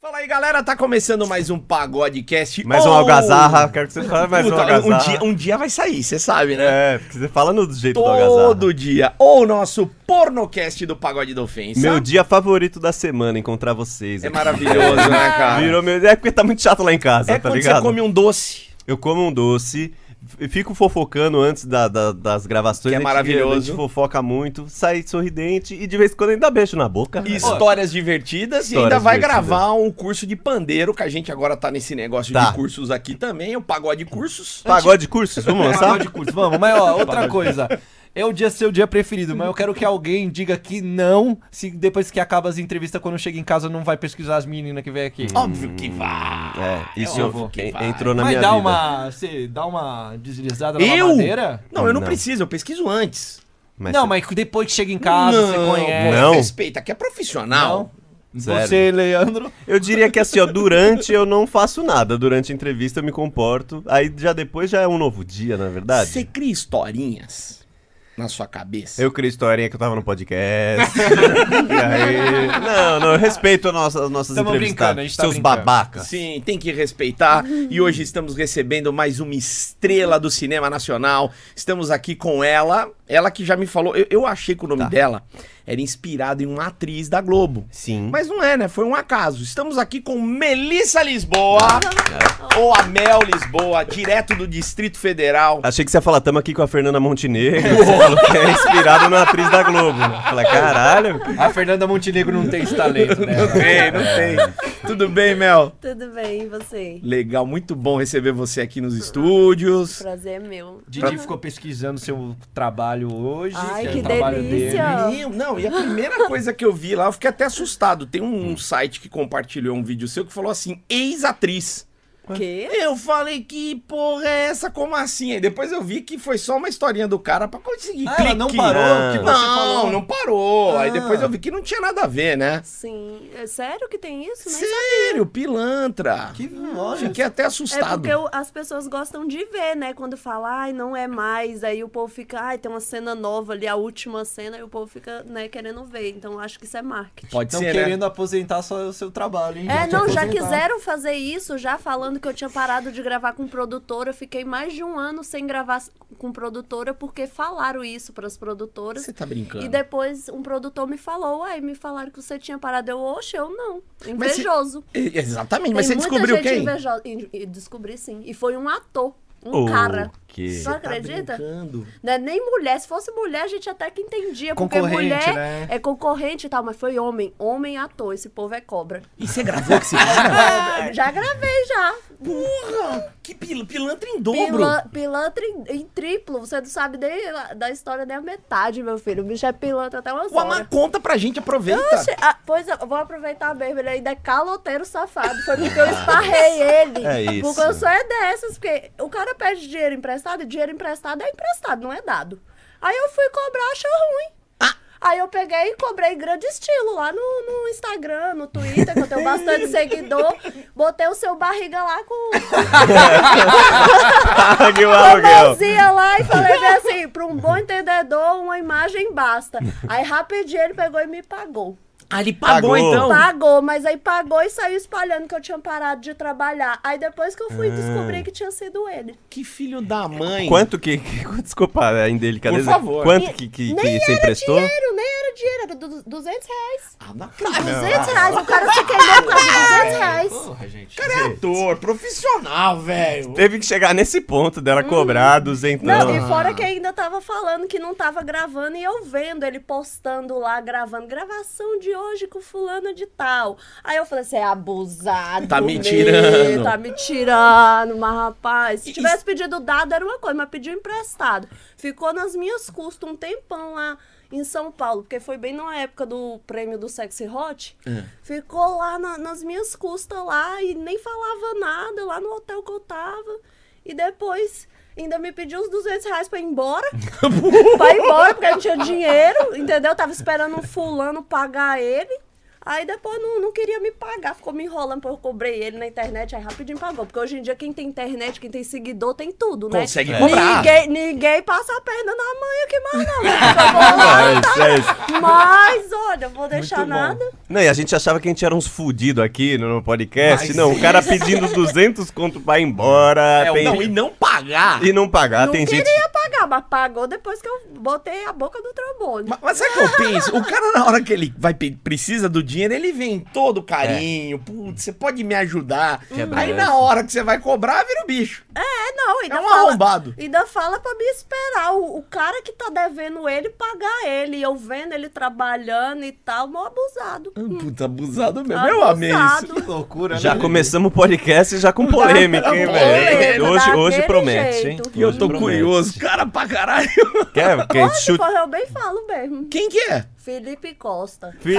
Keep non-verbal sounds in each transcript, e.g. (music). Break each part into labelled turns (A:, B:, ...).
A: Fala aí, galera, tá começando mais um Pagodecast.
B: Mais
A: um
B: uma algazarra, quero que você fale mais uma
A: um,
B: algazarra.
A: dia, um dia vai sair, você sabe, né?
B: É, porque você fala no jeito da algazarra.
A: Todo dia. Ou o nosso pornocast do Pagode da Ofensa.
B: Meu dia favorito da semana, encontrar vocês.
A: É
B: aqui.
A: maravilhoso, né, cara?
B: Virou meu... É porque tá muito chato lá em casa,
A: é
B: tá
A: quando
B: ligado?
A: você come um doce.
B: Eu como um doce, f- fico fofocando antes da- da- das gravações.
A: Que é
B: a gente-
A: maravilhoso.
B: A gente fofoca muito, sai sorridente e de vez em quando ainda beijo na boca.
A: e Histórias divertidas e
B: Histórias
A: ainda vai
B: divertidas.
A: gravar um curso de pandeiro, que a gente agora tá nesse negócio
B: Tá.
A: de cursos aqui também, o pagode cursos.
B: Pagode cursos, vamos lançar?
C: de curso, vamos. Mas ó, outra coisa. É o dia seu dia preferido, mas eu quero que alguém diga que não, se depois que acaba as entrevistas, quando chega em casa, não vai pesquisar as meninas que vem aqui.
A: Óbvio que vai.
B: É, isso
A: É
B: eu
A: óbvio que
B: en-
A: vai.
B: entrou na
C: mas
B: minha
C: dá
B: vida.
C: uma. Você dá uma deslizada na
A: Eu?
C: madeira?
A: Não, eu não,
B: Não.
A: preciso, eu pesquiso antes.
C: não, mas depois que chega em casa, você conhece.
B: Não.
A: Respeita, que é profissional.
C: Não.
B: Sério.
C: Você, Leandro.
B: Eu diria que assim, ó, durante eu não faço nada. Durante a entrevista eu me comporto. Aí já depois já é um novo dia, na verdade.
A: Você cria historinhas na sua cabeça.
B: Eu criei historinha que eu tava no podcast. e aí. Não, não, eu respeito as nossas, as nossas
C: Tamo brincando, a
B: entrevistadas.
C: gente tá
B: Seus
C: brincando.
B: babacas.
A: Sim, tem que respeitar. E hoje estamos recebendo mais uma estrela do cinema nacional. Estamos aqui com ela. Ela que já me falou. Eu, eu achei que o
B: Tá.
A: nome dela era inspirado em uma atriz da Globo.
B: Sim.
A: Mas não é, né? Foi um acaso. Estamos aqui com Melissa Lisboa,
B: Ah,
A: ou a Mel Lisboa, direto do Distrito Federal.
B: Achei que você ia falar, tamo aqui com a Fernanda Montenegro. Você falou que é inspirado na atriz da Globo. Né? Eu Falei, caralho.
C: A Fernanda Montenegro não tem esse talento, né?
B: (laughs)
A: Ei, não tem. Tudo bem, Mel?
D: Tudo bem, e você?
A: Legal, muito bom receber você aqui nos estúdios.
D: Prazer é meu.
C: Didi ficou pesquisando seu trabalho hoje.
D: Ai,
C: é o
D: que
C: trabalho
D: delícia.
C: dele.
A: Meu, não, e a primeira coisa que eu vi lá, eu fiquei até assustado. Tem um site que compartilhou um vídeo seu que falou assim, ex-atriz.
D: Quê?
A: Eu falei, que porra é essa? Como assim? Aí depois eu vi que foi só uma historinha do cara pra conseguir
C: Ah, ela não
A: clique.
C: parou?
B: Ah.
C: O que você
A: Não,
C: falou?
A: não parou. Aí
C: Ah.
A: depois eu vi que não tinha nada a ver, né?
D: Sim. É sério que tem isso? né? Nem
A: Sério, pilantra.
C: Que olha.
A: Fiquei até
D: É
A: assustado.
D: porque o- as pessoas gostam de ver, né? Quando fala, ai, não é mais. Aí o povo fica, ai, tem uma cena nova ali, a última cena, e o povo fica, né, querendo ver. Então acho que isso é marketing.
A: Pode
C: Estão
A: ser, né?
C: querendo aposentar só o seu trabalho, hein?
D: É,
C: te
D: não, já
C: aposentar.
D: quiseram fazer isso, já falando que eu tinha parado de gravar com produtora. Eu fiquei mais de um ano sem gravar com produtora, porque falaram isso pras produtoras.
A: Você tá brincando.
D: E depois um produtor me falou, uai, me falaram que você tinha parado. Eu, oxe, eu não.
A: Mas se-
D: Invejoso.
A: E- Exatamente, mas
D: Tem
A: você
D: muita
A: descobriu
D: gente
A: quem?
D: Invejosa. E- e descobri sim. E foi um ator.
B: O
D: Um cara.
B: quê?
D: Você
B: Você
D: não
A: Tá
D: acredita?
A: brincando.
D: Não é nem mulher. Se fosse mulher, a gente até que entendia. Porque
C: Concorrente,
D: mulher
C: né?
D: é concorrente e tal. Mas foi homem. Homem ator. Esse povo é cobra.
A: E você gravou que você cara?
D: Cobra. Já gravei, já.
A: (laughs) Porra! Que pil- pilantra em dobro!
D: Pila, pilantra em, em triplo. Você não sabe nem a- da história nem a metade, meu filho. O bicho é pilantra até umas
A: O Amar
D: horas.
A: conta pra gente, aproveita.
D: Oxe, ah, pois eu vou aproveitar mesmo, ele ainda é caloteiro safado. Foi porque eu esparrei
B: (laughs)
D: ele.
B: É isso.
D: Porque eu sou é dessas, porque o cara pede dinheiro emprestado, e dinheiro emprestado é emprestado, não é dado. Aí eu fui cobrar, achou ruim.
B: Ah.
D: Aí eu peguei e cobrei em grande estilo lá no, no Instagram, no Twitter, que eu tenho bastante seguidor. Botei o seu barriga lá
B: (laughs)
D: com,
B: Pague o
D: com a
B: aluguel.
D: mãozinha lá e falei bem assim, pra um bom entendedor, uma imagem basta. Aí rapidinho ele pegou e me pagou.
A: Ah, ele pagou,
B: Pagou.
A: então.
D: Pagou, mas aí pagou e saiu espalhando que eu tinha parado de trabalhar. Aí depois que eu
A: Ah.
D: fui descobri que tinha sido ele.
A: Que filho da mãe.
B: Quanto que. que- (laughs) Desculpa é, a indelicadeza.
A: Por favor.
B: Quanto que, que, que
D: nem
B: você
D: era
B: emprestou?
D: dinheiro, nem era dinheiro, era du- 200 reais.
A: Ah, não
D: Ah,
A: acredito.
D: 200 reais, o cara se queimou por causa de 200 reais.
C: Porra, gente.
A: Cara, é ator, profissional, velho.
B: Teve que chegar nesse ponto dela cobrar 200.
D: Não, e fora que ainda tava falando que não tava gravando e eu vendo ele postando lá, gravando, gravação de hoje com fulano de tal. Aí eu falei, você é abusado.
A: Tá me
D: mesmo,
A: tirando."
D: Tá me tirando, mas rapaz, se
A: E-
D: tivesse pedido dado era uma coisa, mas pediu emprestado. Ficou nas minhas custas um tempão lá em São Paulo, porque foi bem na época do prêmio do Sexy Hot. Ficou lá na- nas minhas custas lá e nem falava nada lá no hotel que eu tava. E depois ainda me pediu uns 200 reais pra ir embora. pra ir embora, porque eu não tinha dinheiro, entendeu? Eu tava esperando um fulano pagar ele. Aí depois não, não queria me pagar, ficou me enrolando, porque eu cobrei ele na internet, aí rapidinho pagou. Porque hoje em dia quem tem internet, quem tem seguidor, tem tudo, né?
A: Consegue
D: É.
A: cobrar.
D: Ninguém, ninguém passa a perna na mãe aqui mais não.
B: (laughs)
D: né?
B: Mas, é isso.
D: Mas, olha, eu vou deixar nada.
B: Não, e a gente achava que a gente era uns fudidos aqui no, no podcast. não, o cara pedindo 200 conto pra ir embora.
C: É,
B: tem-
A: Não, e não pagar.
B: tá e não pagar,
D: não
B: tem
D: queria
B: gente.
D: pagar, mas pagou depois que eu botei a boca do trombone.
A: Ma- Mas, sabe o que eu penso? O cara, na hora que ele vai pe- precisa do dinheiro, ele vem todo carinho. Putz, você pode me ajudar.
B: É. Quebra
A: Aí
B: essa.
A: na hora que você vai cobrar, vira o bicho.
D: É, não, ainda
A: É um
D: fala-
A: arrombado.
D: Ainda fala pra me esperar. O, o cara que tá devendo ele pagar ele. E eu vendo ele trabalhando e tal, mó abusado.
A: Puta, abusado mesmo. Eu amei isso.
C: Que loucura, né?
B: Já começamos o podcast já com polêmica, hein, velho?
D: Polêmica,
B: Hoje, hoje
D: daquele
B: promete, hein?
D: jeito.
A: E eu tô
B: Hoje promete.
A: curioso, cara pra caralho.
B: Quer que
D: Pode,
B: chute?
D: porra, eu bem falo mesmo.
A: Quem que é?
D: Felipe Costa.
B: Felipe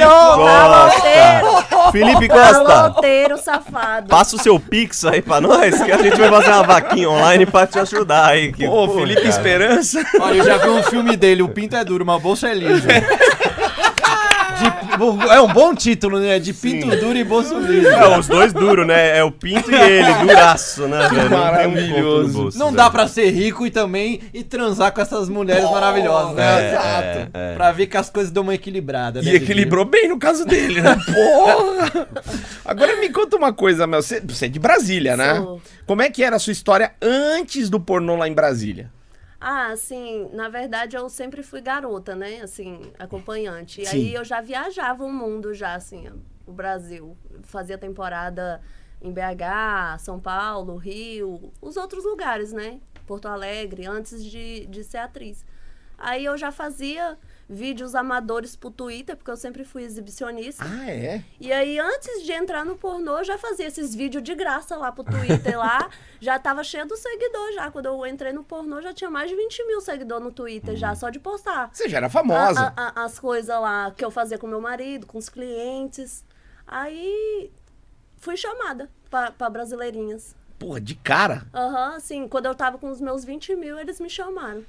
B: Costa! Felipe Costa!
D: Caloteiro safado.
B: Passa o seu pix aí pra nós, que a gente vai fazer uma vaquinha online pra te ajudar aí. Que,
A: Ô,
B: pô,
A: Felipe
B: cara.
A: Esperança.
C: Olha, eu já vi um filme dele, O Pinto é Duro, uma bolsa é liso. De- é um bom título, né? De Pinto Duro e Bolso Liso.
B: É, os dois duros, né? É o Pinto e ele, duraço, né, velho? Não tem um conto no
A: Maravilhoso.
B: bolso,
C: Não
B: velho.
C: dá pra ser rico e também e transar com essas mulheres maravilhosas, né?
A: Oh, é,
C: Exato. Pra ver que as coisas dão uma equilibrada, né?
A: E
C: Didi?
A: equilibrou bem no caso dele,
D: (laughs)
A: né? Porra! Agora me conta uma coisa, Mel. Você você é de Brasília, né?
D: Sou.
A: Como é que era a sua história antes do pornô lá em Brasília?
D: Ah, assim, na verdade eu sempre fui garota, né? Assim, acompanhante. E
A: Sim.
D: aí eu já viajava o mundo já, assim, o Brasil. Fazia temporada em BH, São Paulo, Rio, os outros lugares, né? Porto Alegre, antes de, de ser atriz. Aí eu já fazia vídeos amadores pro Twitter, porque eu sempre fui exibicionista.
A: Ah, é?
D: E aí, antes de entrar no pornô, eu já fazia esses vídeos de graça lá pro
A: (laughs)
D: Twitter lá. Já tava cheio dos seguidores já. Quando eu entrei no pornô, já tinha mais de 20 mil seguidores no Twitter já, só de postar.
A: Você já era Hum. famosa.
D: a- a- a- as coisas lá que eu fazia com meu marido, com os clientes. Aí fui chamada pra, pra brasileirinhas.
A: Porra, de cara.
D: Aham, assim, quando eu tava com os meus 20 mil, eles me chamaram.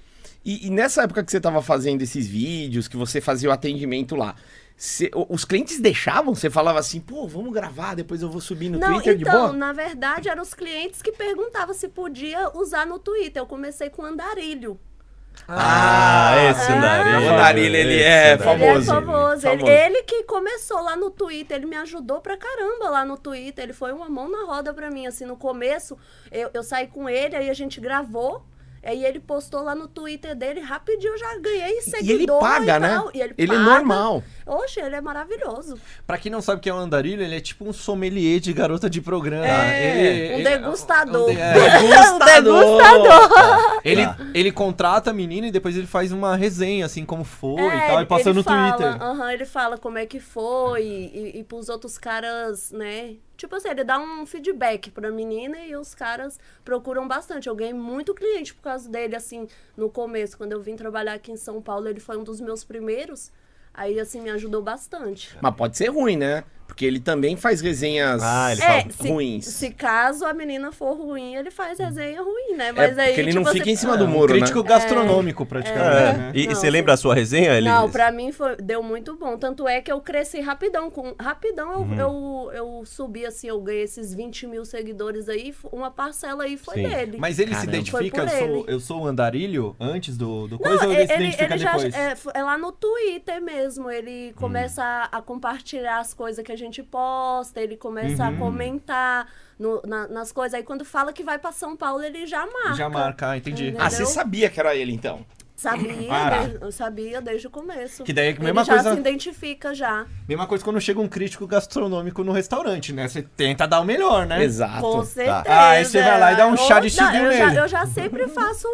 A: E, e nessa época que você tava fazendo esses vídeos, que você fazia o atendimento lá, cê- o- os clientes deixavam? Você falava assim, pô, vamos gravar, depois eu vou subir no
D: Não,
A: Twitter de
D: então,
A: boa?
D: na verdade, eram os clientes que perguntavam se podia usar no Twitter. Eu comecei com andarilho.
B: Ah, esse
D: Ah.
B: nariz.
A: O Darilho, ele é
B: esse nariz.
D: Ele é
A: famoso.
D: famoso. Ele,
A: Famoso.
D: ele que começou lá no Twitter, ele me ajudou pra caramba lá no Twitter. Ele foi uma mão na roda pra mim, assim, no começo. Eu, eu saí com ele, aí a gente gravou. Aí ele postou lá no Twitter dele, rapidinho eu já ganhei
A: E
D: seguidor.
A: ele paga,
D: e
A: né?
D: tal. E ele,
A: Ele é
D: paga.
A: normal.
D: Oxe, ele é maravilhoso.
C: Pra quem não sabe o que é um andarilho, ele é tipo um sommelier de garota de programa. Ele- é
D: Um
C: ele-
D: degustador.
C: um de- é. Ele, ele contrata a menina e depois ele faz uma resenha, assim, como foi e tal, e passa no
D: É, fala,
C: Twitter.
D: aham, ele fala como é que foi e, e pros outros caras, né? Tipo assim, ele dá um feedback pra menina e os caras procuram bastante. Eu ganhei muito cliente por causa dele, assim, no começo. Quando eu vim trabalhar aqui em São Paulo, ele foi um dos meus primeiros. Aí, assim, me ajudou bastante.
A: Mas pode ser ruim, né? Porque ele também faz resenhas
B: Ah, ele
D: É,
B: fala
D: se,
A: ruins. Hum.
D: se caso a menina for ruim, ele faz resenha ruim, né?
A: É,
D: Mas
A: porque
D: aí,
A: ele
D: tipo
A: não fica
D: assim,
A: em cima
C: É,
A: do
C: um
A: muro, né?
C: crítico gastronômico, praticamente, né?
B: É. E, e
D: Não,
B: você
D: sim.
B: lembra a sua resenha, Elis?
D: Não, pra mim foi, deu muito bom. Tanto é que eu cresci rapidão. Com, rapidão
C: Uhum.
D: eu, eu, eu subi, assim, eu ganhei esses 20 mil seguidores aí. f- Uma parcela aí foi
B: Sim.
D: dele.
C: Mas ele
B: Caramba.
C: se identifica,
D: Foi
C: eu
D: por
C: sou,
D: ele.
C: eu sou o andarilho antes do, do
D: Não,
C: coisa ou ele, se identifica
D: já.
C: depois? Hum.
D: É, f- é lá no Twitter mesmo. Ele começa a, a compartilhar as coisas que a gente posta, ele começa
C: Uhum.
D: a comentar no- na- nas coisas. Aí quando fala que vai pra São Paulo, ele já marca.
C: Já marca, ah, entendi.
D: Entendeu?
A: Ah, você sabia que era ele, então?
D: Sabia, de- eu sabia desde o começo.
C: Que daí é que
D: ele
C: mesma
D: já
C: coisa-
D: se identifica já.
C: Mesma coisa quando chega um crítico gastronômico no restaurante, né? Você tenta dar o melhor,
B: É.
C: né?
A: Exato. Tá.
D: Com certeza.
C: Ah, aí você vai lá e dá um chá de
D: Eu- não,
C: chibiu
D: eu,
C: nele.
D: já, eu já sempre faço,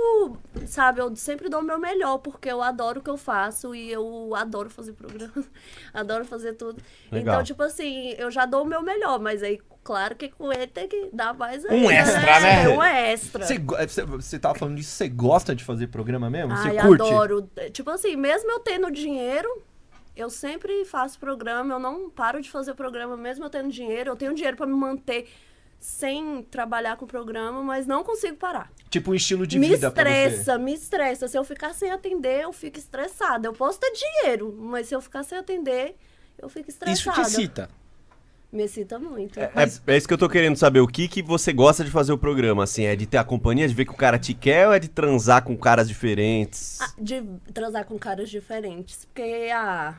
D: sabe, eu sempre dou o meu melhor, porque eu adoro o que eu faço e eu adoro fazer programa, (laughs) adoro fazer tudo.
B: Legal.
D: Então, tipo assim, eu já dou o meu melhor, mas aí, claro que com ele tem que dar mais
A: Um extra, né?
D: Um extra.
C: Você, go- você, você tava falando disso, você gosta de fazer programa mesmo?
D: Ai,
C: você curte?
D: adoro. Tipo assim, mesmo eu tendo dinheiro, eu sempre faço programa, eu não paro de fazer programa, mesmo eu tendo dinheiro, eu tenho dinheiro pra me manter sem trabalhar com programa, mas não consigo parar.
C: Tipo um estilo de
D: me
C: vida pra você.
D: estressa, me estressa. Se eu ficar sem atender, eu fico estressada. Eu posso ter dinheiro, mas se eu ficar sem atender, eu fico
A: Isso
D: estressada.
A: te cita.
D: Me excita muito.
B: É, é isso que eu tô querendo saber. O que que você gosta de fazer o programa, assim? É de ter a companhia, de ver que o cara te quer ou é de transar com caras diferentes?
D: Ah, De transar com caras diferentes. Porque, ah.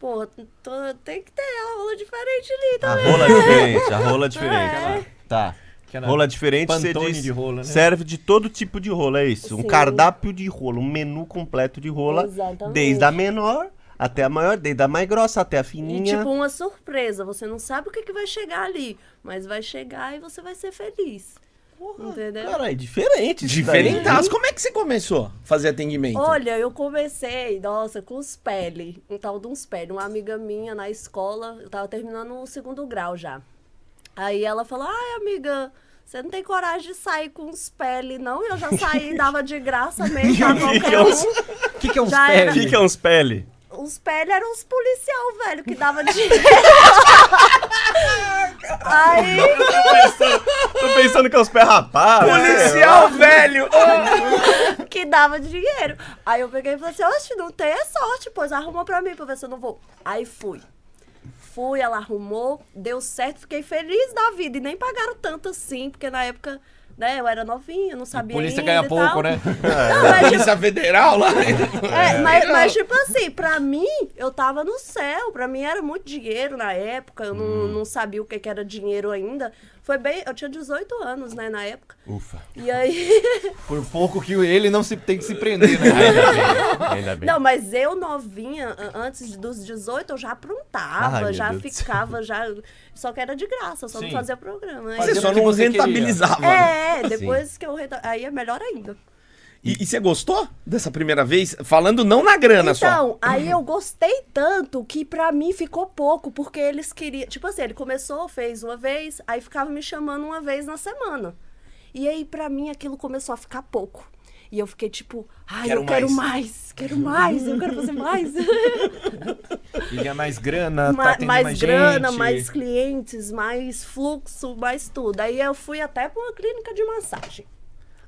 D: Pô, tô- tem que ter a rola diferente ali
B: A
D: também.
B: rola é diferente, a rola é diferente. Tá.
C: Aquela
B: Rola diferente, você
C: né? Pantone
B: diz,
C: de rola, né?
B: serve de todo tipo de rola, é isso? Um
D: Sim.
B: cardápio de rola, um menu completo de rola,
D: Exatamente.
B: desde a menor até a maior, desde a mais grossa até a
D: E
B: fininha.
D: tipo uma surpresa, você não sabe o que, que vai chegar ali, mas vai chegar e você vai ser feliz. entendeu?
B: Cara, é diferente. isso daí.
A: Diferentaço. Como é que você começou a fazer atendimento?
D: Olha, eu comecei, nossa, com os pele, um tal de uns pele. Uma amiga minha na escola, eu tava terminando o segundo grau já. Aí ela falou, ai amiga, você não tem coragem de sair com os pele, não? Eu já saí e dava de graça mesmo pra qualquer um.
C: O que, que é uns
D: Já
B: (laughs)
D: era.
B: O que,
C: pés?
B: que é uns pele?
D: Os pele eram uns policial, velho, que dava dinheiro. Aí...
B: Tô pensando que é uns pé rapaz.
C: É,
A: Policial velho!
D: que dava dinheiro. Aí eu peguei e falei assim, oxe, não tem é sorte, pois arruma pra mim pra ver se eu não vou. Aí fui. Fui, ela arrumou, deu certo, fiquei feliz da vida. E nem pagaram tanto assim, porque na época, né, eu era novinha, não sabia
C: Polícia
D: ainda
C: ganha
D: e
C: pouco,
D: tal.
C: né?
D: Não,
A: (laughs)
D: mas, tipo,
A: Polícia Federal lá.
D: é, mas, mas, tipo assim, pra mim, eu tava no céu. Pra mim era muito dinheiro na época, eu não,
C: Hum.
D: não sabia o que, que era dinheiro ainda. Foi bem, eu tinha 18 anos, né, na época.
B: Ufa.
D: E aí...
C: Por pouco que ele não se, tem que se prender, né?
B: Ainda bem.
D: Não, mas eu novinha, a- antes dos 18, eu já aprontava,
B: Ai, meu
D: já
B: Deus do
D: ficava, já. Só que era de graça, só
C: Sim.
D: não fazia programa. né? Tipo,
A: Você
C: Fazia
A: só
C: porque
A: não
C: você queria.
A: rentabilizava. né?
D: É, é, depois que eu. reto- Aí é melhor ainda.
A: E, e você gostou dessa primeira vez? Falando não na grana só.
D: Então, aí eu gostei tanto que pra mim ficou pouco, porque eles queriam. Tipo assim, ele começou, fez uma vez, aí ficava me chamando uma vez na semana. E aí, pra mim, aquilo começou a ficar pouco. E eu fiquei tipo, ai,
A: Quero
D: eu quero
A: mais.
D: mais, quero mais, eu quero fazer mais.
A: (laughs)
C: Queria mais grana,
D: Ma-
C: tá atendendo
D: mais, grana,
C: gente.
D: mais clientes, mais fluxo, mais tudo. Aí eu fui até pra uma clínica de massagem.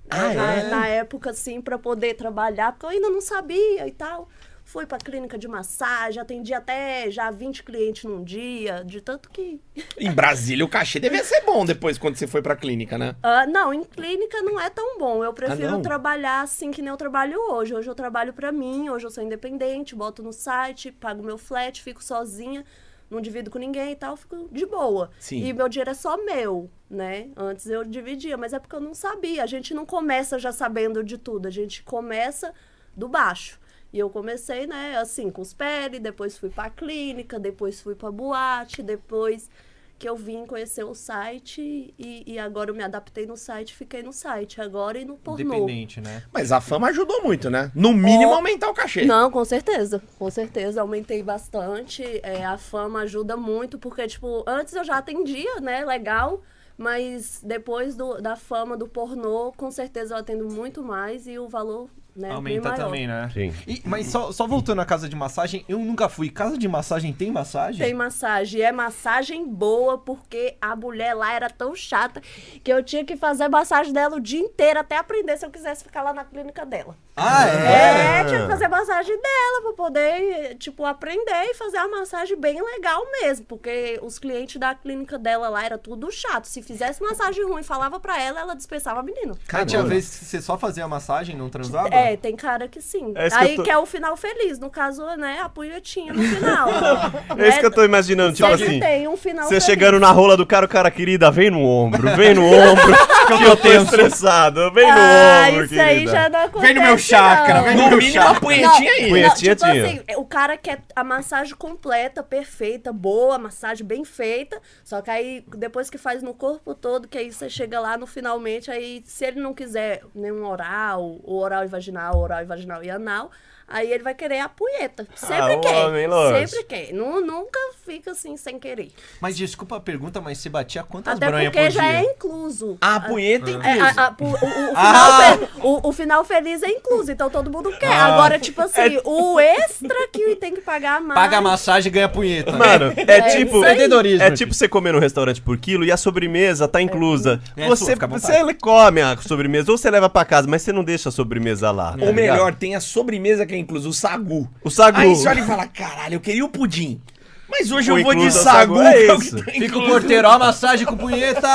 A: Ah,
D: na,
A: é?
D: na época, assim, pra poder trabalhar, porque eu ainda não sabia e tal. Fui pra clínica de massagem, atendi até já 20 clientes num dia, de tanto que.
A: Em Brasília o cachê devia ser bom depois quando você foi pra clínica, né?
D: Ah, não, em clínica não é tão bom. Eu prefiro
A: não?
D: trabalhar assim que nem eu trabalho hoje. Hoje eu trabalho pra mim, hoje eu sou independente, boto no site, pago meu flat, fico sozinha, não divido com ninguém e tal, fico de boa.
A: Sim.
D: E meu dinheiro é só meu, né? Antes eu dividia, mas é porque eu não sabia. A gente não começa já sabendo de tudo, a gente começa do baixo. E eu comecei, né, assim, com os pele, depois fui pra clínica, depois fui pra boate, depois que eu vim conhecer o site e, e agora eu me adaptei no site, fiquei no site agora e no pornô.
C: Independente, né?
A: Mas a fama ajudou muito, né? No mínimo aumentar o cachê.
C: (laughs)
D: Não, com certeza, com certeza, aumentei bastante, é, a fama ajuda muito, porque, tipo, antes eu já atendia, né, legal, mas depois do- da fama do pornô, com certeza eu atendo muito mais e o valor, né, bem
C: Aumenta
D: maior.
C: também, né?
B: Sim.
C: E- mas só, só voltando à casa de massagem, eu nunca fui. Casa de massagem tem massagem?
D: Tem massagem. E é massagem boa, porque a mulher lá era tão chata que eu tinha que fazer a massagem dela o dia inteiro até aprender se eu quisesse ficar lá na clínica dela.
C: Ah,
D: É, tinha que fazer a massagem dela pra poder, tipo, aprender e fazer a massagem bem legal mesmo. Porque os clientes da clínica dela lá era tudo chato. Se fizesse massagem ruim, falava pra ela, ela dispensava a menina.
C: Cara, tinha
A: Caramba.
C: vezes que você só fazia a massagem e não transava?
D: É, tem cara que sim.
B: Tá É isso que
D: Aí
B: eu
D: que,
B: tô-
D: é o final feliz. No caso, né, a punhetinha no final.
B: (laughs)
D: Né,
B: É isso que eu tô imaginando, tipo
D: Sempre
B: assim.
D: tem um final
B: Você
D: feliz.
B: chegando na rola do cara, o cara, querida, vem no ombro, vem no ombro, (laughs) que eu tô estressado, vem no
D: ah,
B: ombro,
D: isso
B: querida.
D: aí já não acontece.
A: Vem no meu chácara,
D: não.
A: vem no meu chácara. punhetinha aí.
D: Não,
B: Punhetinha
D: tipo
B: tinha.
D: assim, o cara quer a massagem completa, perfeita, boa, massagem bem feita. Só que aí, depois que faz no corpo todo, que aí você chega lá no finalmente, aí se ele não quiser nenhum oral, ou oral e vaginal, oral e vaginal e anal, aí ele vai querer a punheta. Sempre
B: o
D: quer.
B: Ah, homem, lógico.
D: sempre quer. Nu- nunca fica assim sem querer.
C: Mas desculpa a pergunta, mas você batia quantas
D: Até
C: bronhas por
D: porque
C: dia?
D: já é incluso.
A: A punheta
D: É,
A: inclusa.
D: a- a- o, o- o final fe- o- o final feliz é incluso, então todo mundo quer. Agora, tipo assim, o extra que tem que pagar mais.
C: Paga a massagem e ganha
B: (laughs)
C: punheta.
B: Mano, é,
D: É
B: tipo.
D: isso aí.
C: Empreendedorismo,
B: É
C: gente.
B: tipo você comer no restaurante por quilo e a sobremesa tá inclusa.
C: É sua,
B: você,
C: fica à vontade.
B: você come a sobremesa ou você leva pra casa, mas você não deixa a sobremesa lá. tá
A: Ou
B: ligado?
A: melhor, tem a sobremesa que é inclusa, é o sagu.
B: O sagu.
A: Aí você olha e fala, caralho, eu queria o pudim. Mas hoje
B: Ou
A: eu vou de
B: inclusa
A: sagu.
B: sagu,
A: (laughs)
B: é
A: eu-
B: isso.
C: Fica o porteiro, ó, a massagem com
B: (laughs)
C: punheta.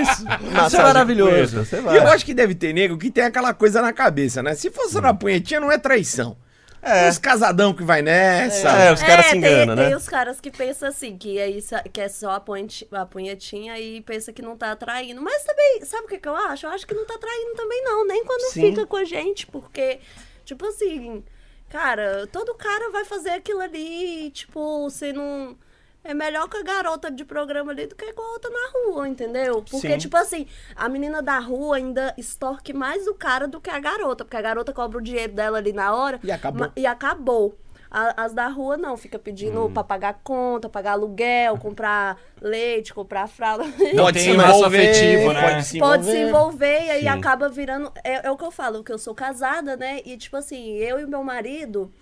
C: Isso. Isso é
B: Massagem
C: maravilhoso.
B: punheta, você
A: E
B: vai.
A: eu acho que deve ter nego que tem aquela coisa na cabeça, né? Se fosse
B: Hum.
A: na punhetinha, não é traição. É. Os casadão que vai nessa.
B: É, os caras se
D: tem-
B: enganam,
D: tem,
B: né?
D: os caras que pensam assim, que, é isso, que é só a, ponte, a punhetinha e pensa que não tá atraindo. Mas também, sabe o que, que eu acho? Eu acho que não tá atraindo também não, nem quando
B: Sim.
D: fica com a gente, porque, tipo assim, cara, todo cara vai fazer aquilo ali, tipo, você não... É melhor com a garota de programa ali do que com a outra na rua, entendeu? Porque,
B: Sim.
D: tipo assim, a menina da rua ainda estorque mais o cara do que a garota, porque a garota cobra o dinheiro dela ali na hora.
A: E acabou.
D: ma- e acabou. A- As da rua não, fica pedindo
B: Hum.
D: pra pagar conta, pagar
B: (laughs)
D: aluguel, comprar leite, comprar fralda.
C: Não
A: Pode
C: tem
A: se
C: laço
A: envolver,
C: afetivo, né?
D: (laughs)
A: Pode se envolver.
D: Pode se envolver e aí
B: é Sim.
D: acaba virando. É, é o que eu falo, que eu sou casada, né? E tipo assim, eu e meu marido,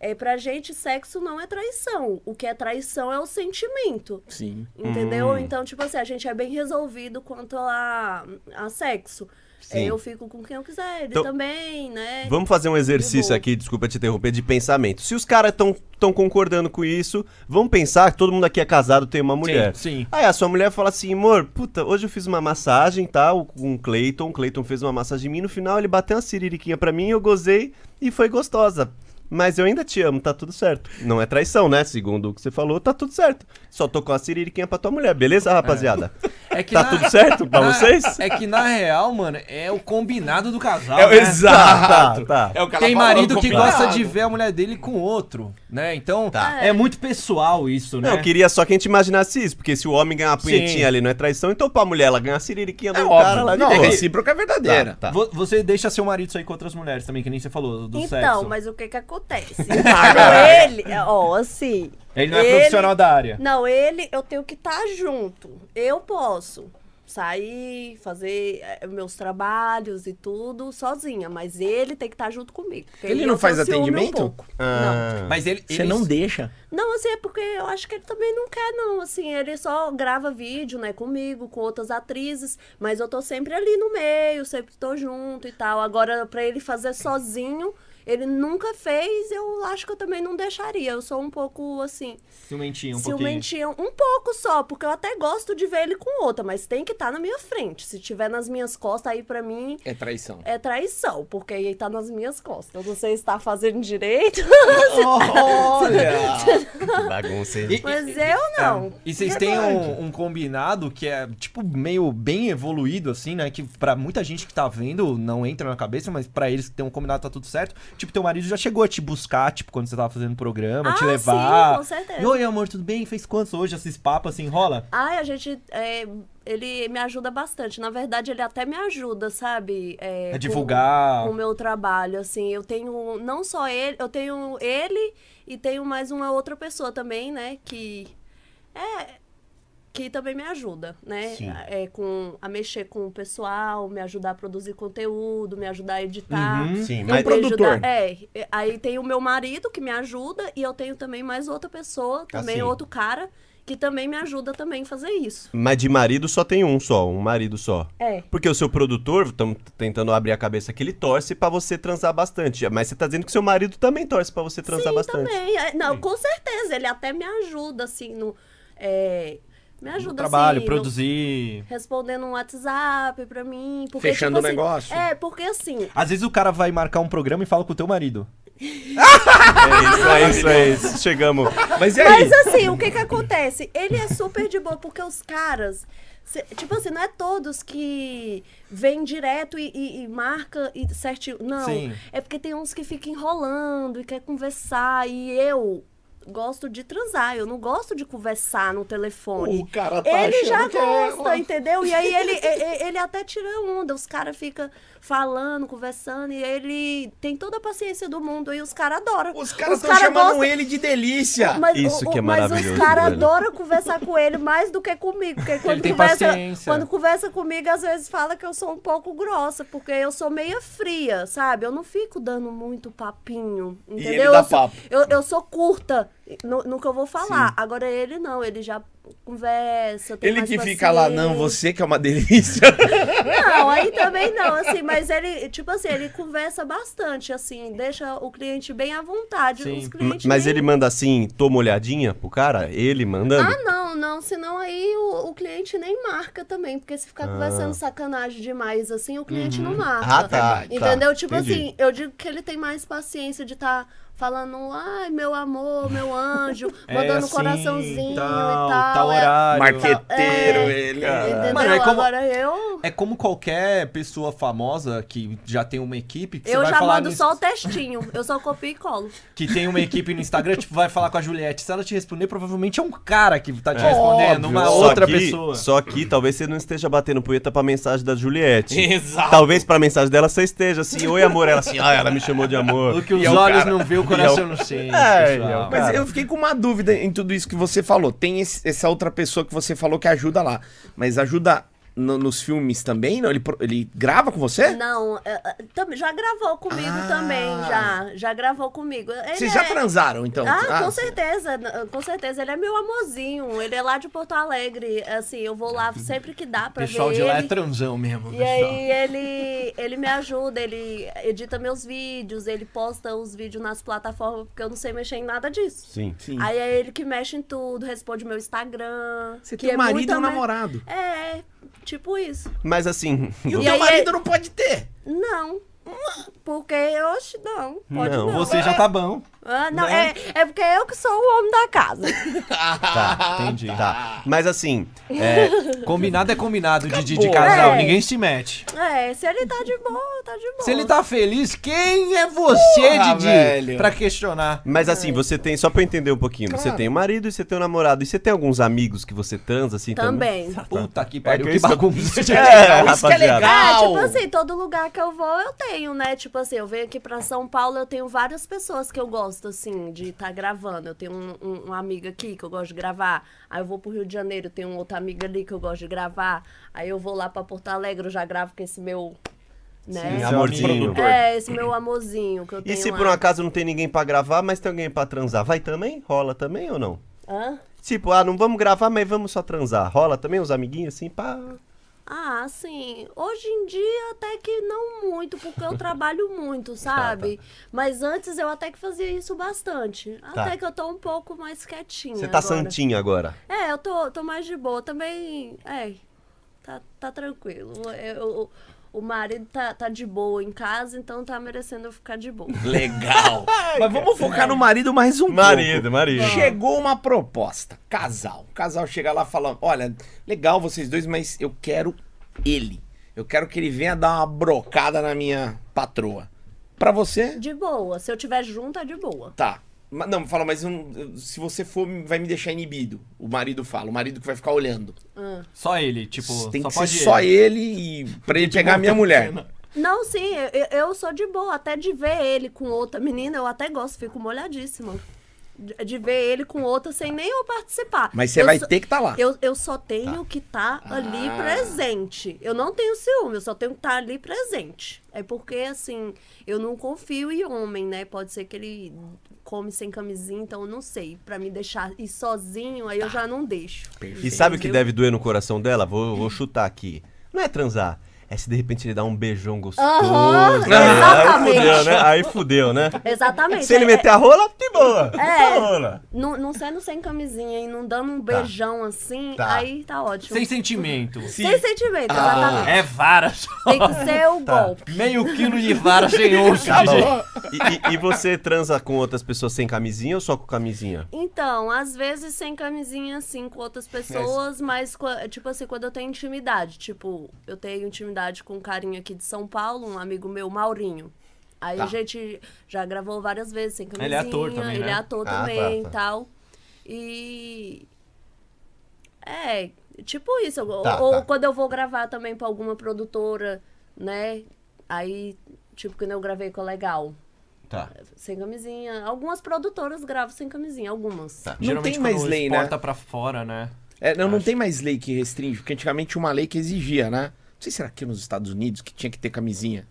D: é, pra gente, sexo não é traição. O que é traição é o sentimento.
A: Sim.
D: Entendeu?
B: Hum.
D: Então, tipo assim, a gente é bem resolvido quanto a, a sexo. É,
B: Sim.
D: Eu fico com quem eu quiser, ele
B: Então,
D: também, né?
B: Vamos fazer um exercício
D: boa.
B: aqui, desculpa te interromper, de pensamento. Se os caras estão tão concordando com isso, vamos pensar que todo mundo aqui é casado, tem uma mulher.
C: sim.
B: Aí a sua mulher fala assim, amor, puta, hoje eu fiz uma massagem, tá? o- Com o Clayton, o Clayton fez uma massagem em mim, no final ele bateu uma siririquinha pra mim, eu gozei e foi gostosa. Mas eu ainda te amo, tá tudo certo. Não é traição, né? Segundo o que você falou, tá tudo certo. Só tô com a siririquinha pra tua mulher, beleza, rapaziada?
C: É que
B: Tá
C: na-
B: tudo certo pra
C: na-
B: vocês?
C: É que na real, mano, é o combinado do casal.
A: É o
C: né?
A: (laughs) exato.
B: Tá, tá.
A: É o que ela
C: Tem
A: falou,
C: marido que
A: combinado.
C: gosta de ver a mulher dele com outro, né? Então,
B: Tá.
C: é muito pessoal isso, né?
B: Não, eu queria só que a gente imaginasse isso, porque se o homem ganhar uma punhetinha
C: Sim.
B: ali não é traição, então pra mulher ela ganha a siririquinha
A: É
B: do
A: óbvio.
B: cara Ah. lá de
A: não,
B: boa.
A: é recíproca é verdadeira.
B: Tá, tá.
C: Vo- Você deixa seu marido sair com outras mulheres também, que nem você falou, do
D: então,
C: sexo.
D: mas o que
C: (laughs)
D: que acontece? Então, ele, ó, assim.
C: Ele não é profissional da área.
D: Não, ele, eu tenho que estar junto. Eu posso sair, fazer eh, meus trabalhos e tudo sozinha, mas ele tem que estar junto comigo. porque
A: Ele
D: eu
A: não faz
D: tenho ciúme um
A: atendimento?
D: pouco. Não.
B: Ah,
C: Mas ele.
A: Você
C: ele-
A: não deixa.
D: Não, assim, é porque eu acho que ele também não quer, não. Assim, ele só grava vídeo, né, comigo, com outras atrizes, mas eu tô sempre ali no meio, sempre tô junto e tal. Agora, pra ele fazer sozinho, ele nunca fez, eu acho que eu também não deixaria. Eu sou um pouco, assim,
C: Ciumentinho, um pouquinho. (laughs)
D: ciumentinha, um pouco só, porque eu até gosto de ver ele com outra, mas tem que estar na minha frente. Se tiver nas minhas costas, aí pra mim.
A: É (laughs) traição.
D: É traição, porque ele tá nas minhas costas. Eu não sei se tá fazendo direito, (laughs)
A: Olha!
B: que bagunça, hein?
C: E-
D: mas eu não.
C: E vocês têm um, um combinado que é, tipo, meio bem evoluído, assim, né? Que pra muita gente que tá vendo não entra na cabeça, mas pra eles que tem um combinado tá tudo certo. Tipo, teu marido já chegou a te buscar, tipo, quando você tava fazendo programa, te
D: Ah,
C: levar.
D: sim, com certeza.
C: E, Oi, amor, tudo bem? Fez quantos hoje? Esses papos assim, rola?
D: Ai, a gente. é, ele me ajuda bastante. Na verdade, ele até me ajuda, sabe? É,
C: É
D: com-
C: divulgar.
D: Com o meu trabalho, assim. Eu tenho não só ele, eu tenho ele e tenho mais uma outra pessoa também, né? Que. É. Que também me ajuda, né?
B: Sim.
D: É, com, a mexer com o pessoal, me ajudar a produzir conteúdo, me ajudar a editar.
C: Uhum.
B: Sim,
D: Eu
B: mas...
A: pro-
D: me
A: produtor.
D: ajudar- É, é, aí tem o meu marido que me ajuda e eu tenho também mais outra pessoa, também
B: Ah, sim.
D: outro cara, que também me ajuda também a fazer isso.
B: mas de marido só tem um só, um marido só.
D: É.
B: Porque o seu produtor, estamos tentando abrir a cabeça que ele torce pra você transar bastante. Mas você tá dizendo que seu marido também torce pra você transar
D: Sim,
B: bastante.
D: também. É, Não, com certeza, ele até me ajuda, assim, no. é, me ajuda,
C: No trabalho,
D: assim, no-
C: produzir.
D: respondendo um WhatsApp pra mim. Porque,
A: Fechando
D: tipo,
A: o
D: assim,
A: negócio.
D: É, porque assim,
C: Às vezes o cara vai marcar um programa e fala com o teu marido.
B: É isso, é isso, é
D: (laughs)
B: isso. Chegamos.
A: Mas e aí?
D: Mas assim, o que que acontece? Ele é super de boa, porque os caras. cê- tipo assim, não é todos que vêm direto e, e- e marca e certinho. Não.
C: Sim.
D: É porque tem uns que ficam enrolando e quer conversar. E eu gosto de transar, eu não gosto de conversar no telefone.
A: cara
D: Ele
A: achando
D: já
A: que é-
D: gosta, entendeu? E aí ele, e- e- ele até tira onda, os caras ficam falando, conversando, e ele tem toda a paciência do mundo, e os caras adoram.
A: Os caras estão
D: então cara
A: chamando
D: gostam-
A: ele de delícia.
D: mas,
B: Isso que é
D: Mas
B: maravilhoso,
D: os caras
B: velho.
D: adoram conversar com ele mais do que comigo. Porque quando,
C: tem
D: conversa,
C: paciência.
D: quando conversa comigo, às vezes fala que eu sou um pouco grossa, porque eu sou meia fria, sabe? Eu não fico dando muito papinho. Entendeu?
A: ele dá
D: eu, sou,
A: papo.
D: Eu, eu sou curta no, no que eu vou falar. Agora ele não, ele já. conversa. tem
A: Ele
D: mais
A: que fica lá, não,
D: paciência.
A: você que é uma delícia.
D: Não, aí também não, assim, mas ele, tipo assim, ele conversa bastante, assim, deixa o cliente bem à vontade.
C: Sim.
D: Os
B: M-
D: clientes
B: Mas
D: nem-
B: ele manda assim, toma olhadinha pro cara? Ele mandando?
D: Ah, não, não, senão aí o, o cliente nem marca também, porque se ficar
C: Ah.
D: conversando sacanagem demais, assim, o cliente
C: Uhum.
D: não marca.
B: Ah, tá,
D: Entendeu?
B: tá,
D: tipo
B: entendi.
D: assim, eu digo que ele tem mais paciência de estar falando, ai, meu amor, meu anjo,
C: (laughs) É
D: mandando um
C: assim,
D: coraçãozinho
C: tal,
D: e tal.
C: tal
D: é-
C: horário.
A: Marqueteiro,
D: É,
A: ele.
D: Entendeu?
C: Mano, é como-
D: Agora eu.
C: É como qualquer pessoa famosa que já tem uma equipe. Que você
D: Eu
C: vai
D: já
C: falar
D: mando
C: no-
D: só o textinho, eu só copio e colo.
C: Que tem uma equipe no Instagram, tipo, vai falar com a Juliette. Se ela te responder, provavelmente é um cara que tá te respondendo,
A: É. Óbvio.
D: Ah,
C: uma
A: Só
C: outra
B: que,
C: pessoa.
B: Só que talvez você não esteja batendo punheta pra mensagem da Juliette.
A: Exato.
B: Talvez pra mensagem dela você esteja assim, oi amor, ela assim, ah, ela me chamou de amor.
C: O que os
A: (laughs) E é o
C: olhos
A: cara.
C: não vê, o coração não sente,
B: É,
C: pessoal.
B: é o
A: (laughs) Mas
B: Cara.
A: eu fiquei com uma dúvida em tudo isso que você falou. Tem esse- essa outra pessoa que você falou que ajuda lá. Mas ajuda no- nos filmes também? Não? Ele, pro- ele grava com você?
D: Não, é, é, tam- já gravou comigo
A: Ah.
D: também, já. Já gravou comigo. Ele
A: Vocês já
D: é-
A: transaram, então?
D: Ah, com certeza, n- com certeza. Ele é meu amorzinho. Ele é lá de Porto Alegre. Assim, eu vou lá sempre que dá
C: O
D: pra
C: pessoal
D: ver
C: de lá é
D: ele.
C: transão mesmo,
D: E
C: pessoal.
D: aí ele, ele me ajuda, ele edita meus vídeos, ele posta os vídeos nas plataformas, porque eu não sei mexer em nada disso.
B: Sim.
A: Sim.
D: Aí é ele que mexe em tudo, responde meu Instagram.
A: Você
D: que
A: tem
D: é
A: um marido
D: muito
A: e um
D: ame-
A: namorado.
D: É, tipo isso.
B: Mas assim,
A: E o
D: E
A: teu
D: aí
A: marido
D: é-
A: não pode ter.
D: Não. Porque, oxe, não. Pode
B: Não,
D: não. é?
C: Você já tá bom.
D: Ah, não,
C: né?
D: é, é porque eu que sou o homem da casa.
B: (laughs) tá,
D: (laughs)
B: entendi. Tá. Mas assim, é,
C: Combinado é combinado, Didi de
A: Acabou.
C: casal.
D: É.
C: Ninguém se mete.
D: É, se ele tá de boa, tá de boa.
C: Se ele tá feliz, quem é você,
A: Porra,
C: Didi?
A: velho.
C: Pra questionar.
B: mas assim, você tem, só pra eu entender um pouquinho, você
A: Claro.
B: tem o marido e você tem o namorado. E você tem alguns amigos que você transa assim também? (laughs)
D: Também.
A: Tá.
C: Puta
A: É
C: que pariu,
B: que
C: que
B: isso-
C: bagunça.
B: É,
A: isso que (laughs) é
B: rapaziada.
A: legal.
D: É, tipo assim, todo lugar que eu vou eu tenho, né? Tipo assim, eu venho aqui pra São Paulo, eu tenho várias pessoas que eu gosto, assim, de estar gravando. Eu tenho um, um- uma amiga aqui que eu gosto de gravar. Aí eu vou pro Rio de Janeiro, tenho outra amiga ali que eu gosto de gravar. Aí eu vou lá pra Porto Alegre, eu já gravo com esse meu.
B: Sim,
D: Né?
B: amorzinho.
D: é, esse meu amorzinho que eu tenho.
B: E se por um
D: lá.
B: acaso não tem ninguém pra gravar, mas tem alguém pra transar, vai também? Rola também ou não?
D: Hã?
B: Tipo, ah, não vamos gravar, mas vamos só transar. Rola também uns amiguinhos assim, pá.
D: Ah, sim. Hoje em dia até que não muito, porque
B: (laughs)
D: eu trabalho
B: Ah,
D: muito,
B: tá.
D: sabe? Mas antes eu até que fazia isso bastante. Até que eu tô um pouco mais quietinha.
B: Tá. Você tá
D: agora.
B: santinho agora.
D: É, eu tô, tô mais de boa. Também. É, tá, tá tranquilo. Eu- o marido tá, tá de boa em casa, então tá merecendo eu ficar de boa.
A: Legal. Mas vamos focar no marido mais um pouco.
B: marido.
A: Chegou uma proposta, casal. O casal chega lá falando: Olha, legal vocês dois, mas eu quero ele. Eu quero que ele venha dar uma brocada na minha patroa. Pra você,
D: De boa. Se eu tiver junto, é de boa.
A: tá. Ma- Não, fala, mas eu não- se você for, vai me deixar inibido. O marido fala, o marido que vai ficar olhando.
C: Só ele, tipo,
A: Tem
C: só
A: que ser
C: pode
A: só ele e pra ele pegar a minha mulher.
D: Não, sim, eu, eu sou de boa. Até de ver ele com outra menina, eu até gosto, fico molhadíssima. De, de ver ele com outra sem nem eu participar.
A: Mas você
D: Eu
A: vai
D: só-
A: ter que tá lá.
D: Eu, eu só
B: Tá.
D: tenho que estar ali
A: Ah.
D: presente. Eu não tenho ciúme, eu só tenho que estar ali presente. É porque, assim, eu não confio em homem, né? Pode ser que ele come sem camisinha, então eu não sei. Pra me deixar ir sozinho, aí eu já não deixo.
B: E sabe o que
D: Entendeu?
B: deve doer no coração dela? Vou, vou chutar aqui. Não é transar. É se de repente ele dá um beijão gostoso.
D: Aham,
B: né? Aí
D: exatamente.
B: fudeu, né? Aí fudeu, né?
D: Exatamente.
B: Se ele
D: é-
B: meter a rola, de boa.
D: É.
B: Tá rola.
D: Não, não sendo sem camisinha e não dando um beijão assim,
B: Tá. Ah.
D: aí tá ótimo.
C: Sem sentimento.
D: Sem sentimento, exatamente.
C: É vara. (laughs)
D: Tem que ser o golpe.
C: Meio quilo de vara sem osso.
B: Tá
C: Didi.
B: bom. E, e- e você transa com outras pessoas sem camisinha ou só com
A: Tá
B: camisinha?
D: Então, às vezes sem camisinha, assim, com outras pessoas, mas, co- tipo assim, quando eu tenho intimidade. Tipo, eu tenho intimidade com um carinha aqui de São Paulo, um amigo meu, Maurinho. Aí
A: Tá.
D: a gente já gravou várias vezes sem camisinha.
C: Ele é ator também,
D: Ele
C: né?
D: é ator
B: Ah,
D: também
B: tá, tá.
D: e tal. E. É, tipo isso. Ou-
B: Tá,
D: ou
B: tá.
D: quando eu vou gravar também pra alguma produtora, né? Aí, tipo, quando eu gravei com a Legal.
B: Tá.
D: Sem camisinha. Algumas produtoras gravam sem camisinha, algumas.
B: Tá.
A: Não tem mais
C: quando
A: lei, né?
C: exporta pra fora, né?
A: É, não, não tem mais lei que restringe, porque antigamente tinha uma lei que exigia, né? Não sei se era aqui nos Estados Unidos que tinha que ter camisinha.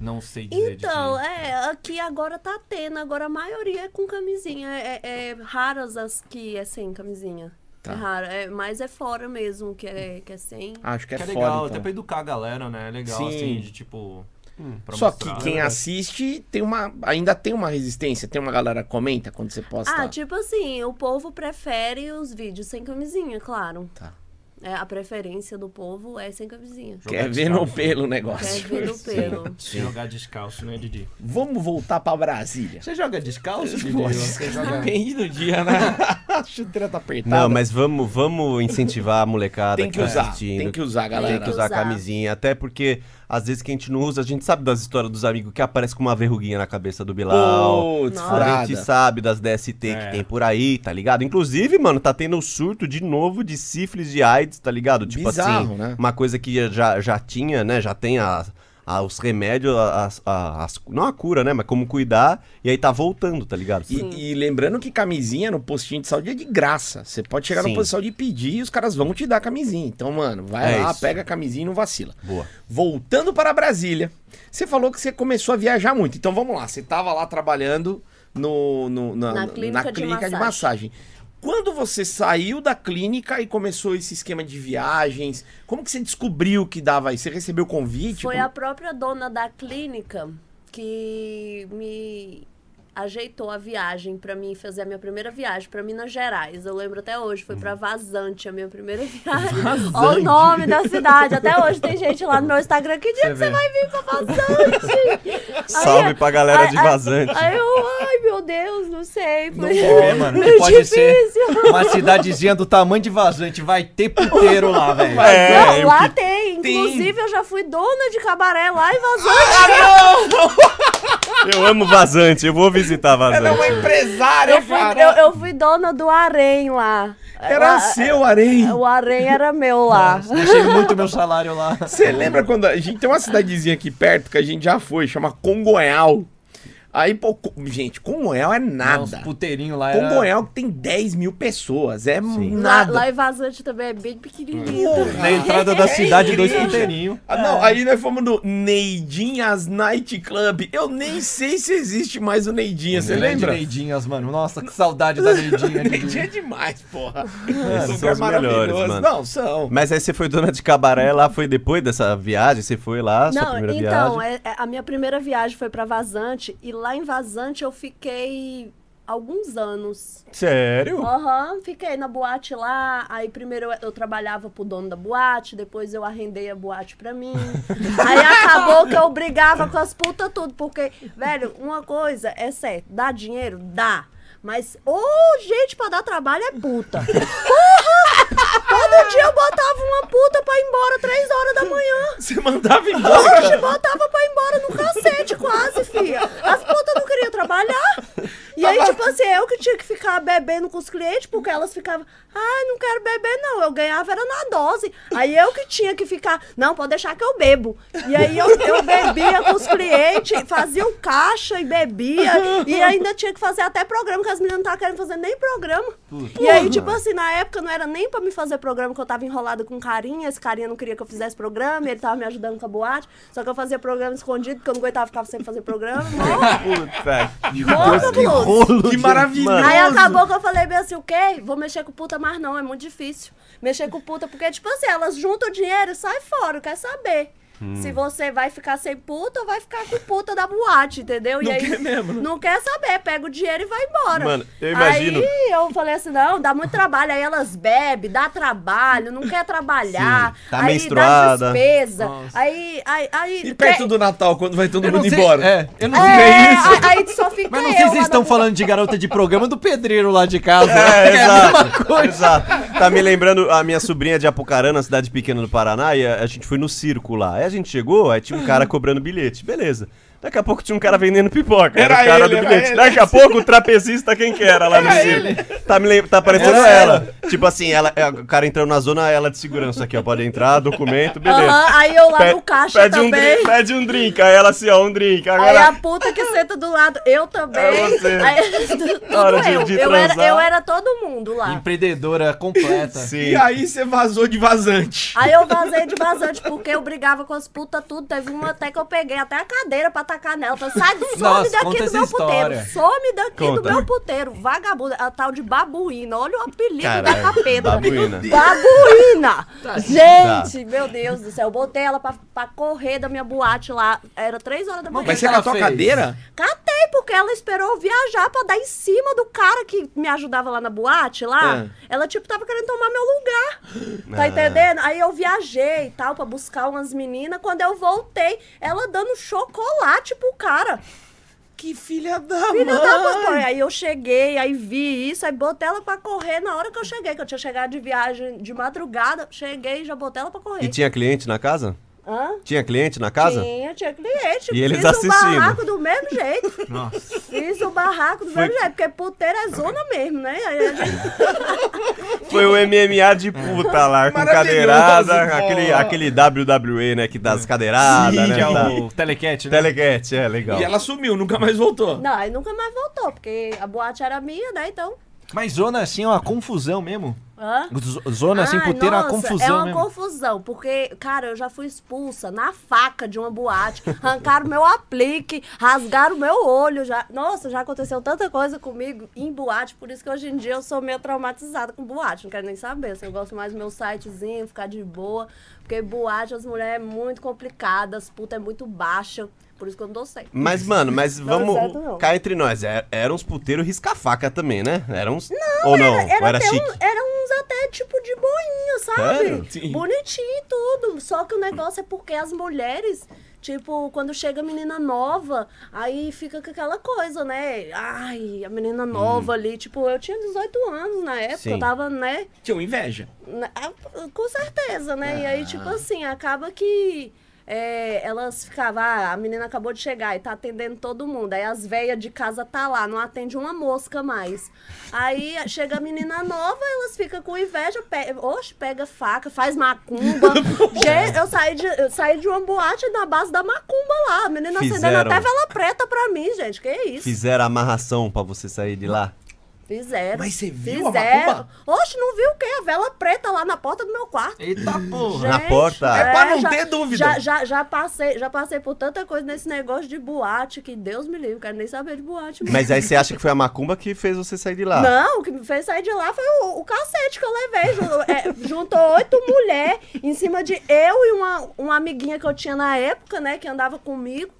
C: Não sei dizer.
D: Então,
C: Didi.
D: é, aqui agora tá tendo, agora a maioria é com camisinha. É, é- é raras as que é sem camisinha.
A: Tá.
D: É raro. É, mas é fora mesmo, que é, que é sem.
A: Acho que é,
E: que é
A: foda.
E: legal,
A: então.
E: até pra educar a galera, né? É legal,
A: Sim. Hum.
E: assim, de tipo. pra
A: Só
E: mostrar.
A: que quem é assiste tem uma, ainda tem uma resistência. Tem uma galera que comenta quando você posta.
D: Ah, tipo assim, o povo prefere os vídeos sem camisinha, claro.
A: Tá.
D: É, a preferência do povo é sem camisinha.
A: Quer ver no
E: né?
A: pelo o
D: Quer
A: negócio. (laughs)
E: (laughs)
D: ver no pelo.
E: Se jogar descalço, né, Didi?
A: Vamos voltar pra Brasília.
C: Você joga descalço, Didi?
A: Pô,
C: Você joga... (laughs)
A: Depende do
E: (laughs)
A: dia, né? A chuteira tá apertada.
B: Não, mas vamos, vamos incentivar a molecada
A: tem que
B: tá
A: usar.
B: assistindo,
A: Tem que usar,
D: Tem
A: galera.
B: Tem que usar a
D: usar.
B: camisinha, até porque às vezes que a gente não usa, a gente sabe das histórias dos amigos que aparece com uma verruguinha na cabeça do Bilal.
A: Putz,
D: Nossa.
B: a
A: furada.
B: gente sabe das DST
E: É.
B: que tem por aí, tá ligado? Inclusive, mano, tá tendo surto de novo de sífilis de AIDS, tá ligado? Tipo
A: Bizarro,
B: assim,
A: né?
B: uma coisa que já, já tinha, né? Já tem a- a- os remédios, as- a- as- não a cura, né? Mas como cuidar, e aí tá voltando, tá ligado?
D: Sim.
A: E, e lembrando que camisinha no postinho de saúde é de graça. Você pode chegar
B: Sim.
A: no postinho de saúde e pedir e os caras vão te dar camisinha. Então, mano, vai
B: É
A: lá,
B: isso.
A: pega a camisinha e não vacila.
B: Boa.
A: Voltando para Brasília, você falou que você começou a viajar muito. Então vamos lá, você estava lá trabalhando no, no- na,
D: Na
A: na clínica,
D: clínica de
A: de, massagem. Quando você saiu da clínica e começou esse esquema de viagens, como que você descobriu que dava isso? Você recebeu convite?
D: Foi
A: Como-
D: a própria dona da clínica que me ajeitou a viagem pra mim fazer a minha primeira viagem pra Minas Gerais. Eu lembro até hoje, foi pra Vazante a minha primeira (laughs) viagem. Olha o nome da cidade. Até hoje tem gente lá no meu Instagram. Que dia que você vai vir pra
B: (laughs)
D: Vazante?
B: Salve pra galera de
D: ai,
B: vazante.
D: Aí eu, ai meu Deus, não sei. Foi
C: É,
D: (laughs)
C: mano, que
D: meio
C: pode ser
D: difícil.
C: uma cidadezinha do tamanho de vazante, vai ter puteiro lá, velho.
D: Não,
B: eu
D: lá tem. Inclusive, eu já fui dona de cabaré lá em Vazante.
B: Eu amo vazante, eu vou visitar vazante.
A: Ela é uma empresária,
D: Eu fui,
A: cara.
D: eu, eu fui dona do harém lá.
A: Era
D: Lá- é,
A: seu, Arém.
D: O harém era meu lá.
C: Deixei muito meu salário lá.
A: Você lembra quando a gente tem uma cidadezinha aqui perto que a gente já foi, chama Congonhal. Aí, pô, co- gente, Congonhal é
C: Os
A: nada.
C: puteirinhos lá era...
A: Congonhal tem 10 mil pessoas, é
D: Lá,
A: nada.
D: lá em Vazante também é bem pequenininho.
C: Na entrada
D: (laughs) É
C: da cidade, dois
A: igreja.
C: puteirinhos.
A: Ah, não, aí nós fomos no Neidinhas Night Club. Eu nem sei se existe mais o Neidinha, você
C: Grande
A: (laughs) lembra?
C: Neidinhas, mano. Nossa, que saudade
A: (laughs)
C: da Neidinha.
A: Neidinha é demais, porra. Esse lugar
B: são
A: é
B: os melhores,
A: maravilhoso.
B: mano.
A: Não, são.
B: Mas aí você foi dona de cabaré lá, foi depois dessa viagem? Você foi lá, sua
D: Não,
B: primeira
D: então,
B: viagem?
D: é- é- a minha primeira viagem foi pra Vazante. E lá em Vazante eu fiquei alguns anos.
B: Sério?
D: Aham, fiquei na boate lá. Aí primeiro eu, eu trabalhava pro dono da boate, depois eu arrendei a boate pra mim. aí acabou que eu brigava com as putas tudo, porque, velho, uma coisa é certa, dá dinheiro? Dá. Mas, ô, gente, pra dar trabalho é puta. Porra! Todo dia eu botava uma puta pra ir embora três horas da manhã.
A: Você mandava embora.
D: Te botava pra ir embora no cacete, quase, filha. As putas não queriam trabalhar. E aí, tipo assim, eu que tinha que ficar bebendo com os clientes, porque elas ficavam, ai, não quero beber, não. Eu ganhava era na dose. Aí eu que tinha que ficar, não, pode deixar que eu bebo. E aí eu, eu bebia com os clientes, fazia o caixa e bebia. E ainda tinha que fazer até programa, que as meninas não estavam querendo fazer nem programa. E aí, tipo assim, na época não era nem pra me fazer programa, que eu tava enrolada com carinha. Esse carinha não queria que eu fizesse programa, ele tava me ajudando com a boate. Só que eu fazia programa escondido, porque eu não aguentava ficar sem fazer programa. Mó-
B: Puta que
D: mó cabuloso.
A: Que maravilhoso.
D: Aí acabou que eu falei bem assim, o quê? Vou mexer com puta, mas não, é muito difícil. Mexer com puta, porque, tipo assim, elas juntam o dinheiro e saem fora, quer saber. Se você vai ficar sem puta ou vai ficar com puta da boate,
A: Não
D: entendeu? e aí,
A: quer mesmo, né?
D: Não quer saber, pega o dinheiro e vai embora.
B: Mano, eu imagino-
D: Aí eu falei assim, não, dá muito trabalho. Aí elas bebem, dá trabalho, não quer trabalhar.
B: Sim, tá
D: aí
B: menstruada.
D: dá despesa. Aí, aí, aí...
A: E perto
D: quer-
A: do Natal, quando vai todo
C: Eu não
A: mundo
C: sei...
A: embora.
C: É, eu não
D: É,
C: sei.
D: aí- aí só fica
C: Mas não sei
D: eu
C: se
D: lá
C: vocês estão
D: na-
C: falando de garota de programa do pedreiro lá de casa.
A: (laughs)
B: É,
C: É, a
B: exato,
C: mesma coisa.
B: exato. Tá me lembrando a minha sobrinha de Apucarana, cidade pequena do Paraná, e a, a gente foi no circo lá. Aí a gente chegou, aí tinha um cara cobrando bilhete, beleza. Daqui a pouco tinha um cara vendendo pipoca.
A: Era
B: o cara
A: ele,
B: do
A: era
B: bilhete.
A: ele.
B: Daqui a pouco o trapezista, quem que era lá no circo? Tá, me lem- tá parecendo
C: Era
B: ela. Tipo assim, ela, é, o cara entrando na zona, ela de segurança aqui, ó. Pode entrar, documento, beleza.
D: Aham, aí eu lá
B: Pe-
D: no caixa
B: pede Um
D: também.
B: drink, pede um drink, aí ela assim, ó, um drink.
D: Aí
B: Agora,
D: a puta que senta do lado, eu também.
B: É você.
D: Aí, (laughs) tudo
B: Hora de-
D: eu.
B: de
D: eu, era,
B: transar.
D: eu era todo mundo lá.
C: Empreendedora completa.
B: sim.
A: E aí você vazou de vazante.
D: Ah, Aí eu vazei de vazante, porque eu brigava com as putas tudo. Teve uma até que eu peguei até a cadeira pra tacar nela. Falando, sai, some
C: Nossa,
D: daqui
C: conta
D: do
C: essa
D: meu
C: história.
D: puteiro. Some daqui do
B: Conta.
D: meu puteiro. Vagabunda. A tal de babuína. Olha o apelido da
B: Caralho,
D: capeta.
B: babuína.
D: Babuína!
A: Tá.
D: Gente,
B: Tá.
D: meu Deus do céu. Eu botei ela pra, pra correr da minha boate lá. Era três horas da manhã.
A: Mas você
C: ela
A: catou a
C: fez?
A: cadeira?
D: Catei, porque ela esperou eu viajar pra dar em cima do cara que me ajudava lá na boate, lá. Ela, tipo, tava querendo tomar meu lugar. Tá
B: É. Ah.
D: entendendo? Aí eu viajei e tal, pra buscar umas meninas. Quando eu voltei, ela dando chocolate pro cara.
A: Que filha da
D: Filha da papai. Aí eu cheguei, aí vi isso, aí botei ela pra correr na hora que eu cheguei, que eu tinha chegado de viagem de madrugada. Cheguei e já botei ela pra correr.
B: E tinha cliente na casa?
D: Hã?
B: Tinha cliente na casa?
D: Tinha, tinha cliente.
B: E eles
D: Fiz
B: assistindo.
D: o barraco do mesmo jeito.
E: Nossa.
D: Fiz o barraco do mesmo jeito, porque puteiro é zona mesmo, né? Aí a
E: (laughs)
D: gente-
B: Foi o MMA de puta lá, com
A: Maravilhoso,
B: cadeirada,
A: pô.
B: aquele, aquele WWE, né, que das cadeiradas, né?
E: Que é
B: tá.
E: o Telecat, né?
B: Telecat, é, legal.
A: E ela sumiu, nunca mais voltou.
D: Não, aí nunca mais voltou, porque a boate era minha, né? Então.
E: Mas zona assim é uma confusão mesmo.
D: Hã?
E: Z- Zona assim,
D: Ai,
E: puteira é uma
D: Ah, nossa,
E: confusão
D: É uma
E: mesmo.
D: confusão, porque, cara, eu já fui expulsa na faca de uma boate, arrancaram meu aplique, rasgaram meu olho. Já... Nossa, já aconteceu tanta coisa comigo em boate, por isso que hoje em dia eu sou meio traumatizada com boate, não quero nem saber. Assim, eu gosto mais do meu sitezinho, ficar de boa, porque boate as mulheres é muito complicadas, as puta é muito baixa, por isso que eu não dou certo.
B: Mas, mano, mas
D: Não,
B: vamos.
D: certo não.
B: Cá entre nós. é- Eram uns puteiros risca-faca também, né? Eram uns. Ou não? Ou era
D: até um-
B: chique?
D: era uns até tipo de boinha, sabe?
A: Sério? Sim.
D: Bonitinho e tudo. Só que o negócio é porque as mulheres, tipo, quando chega a menina nova, aí fica com aquela coisa, né? Ai, a menina nova ali. Tipo, eu tinha 18 anos na época,
B: Hum. Sim.
D: eu tava, né?
A: Tinha um inveja.
D: Na- ah, Com certeza, né? E
A: Ah.
D: aí, tipo assim, acaba que é, elas ficavam, ah, a menina acabou de chegar e tá atendendo todo mundo. Aí as velhas de casa tá lá, não atende uma mosca mais. Aí chega a menina nova, elas ficam com inveja, pe oxe, pega faca,
A: (laughs)
D: faz macumba. Gente, eu saí, de, eu saí de uma boate na base da macumba lá. A menina
B: Fizeram.
D: acendendo até vela preta pra mim, gente. Que isso?
B: Fizeram amarração pra você sair de lá?
D: Fizeram.
A: Mas você viu a
D: Fizeram.
A: macumba?
D: Oxe, não viu o quê? A vela preta lá na porta do meu quarto.
E: Eita porra.
B: Na porta.
A: É pra não ter dúvida.
D: Já, já, já, passei, já passei por tanta coisa nesse negócio de boate que Deus me livre, quero nem saber de boate. mesmo.
B: Mas aí você acha que foi a macumba que fez você sair de lá?
D: Não, o que me fez sair de lá foi o, o cacete que eu levei. Ju- (laughs) é, juntou oito mulheres em cima de eu e uma, uma amiguinha que eu tinha na época, né, que andava comigo.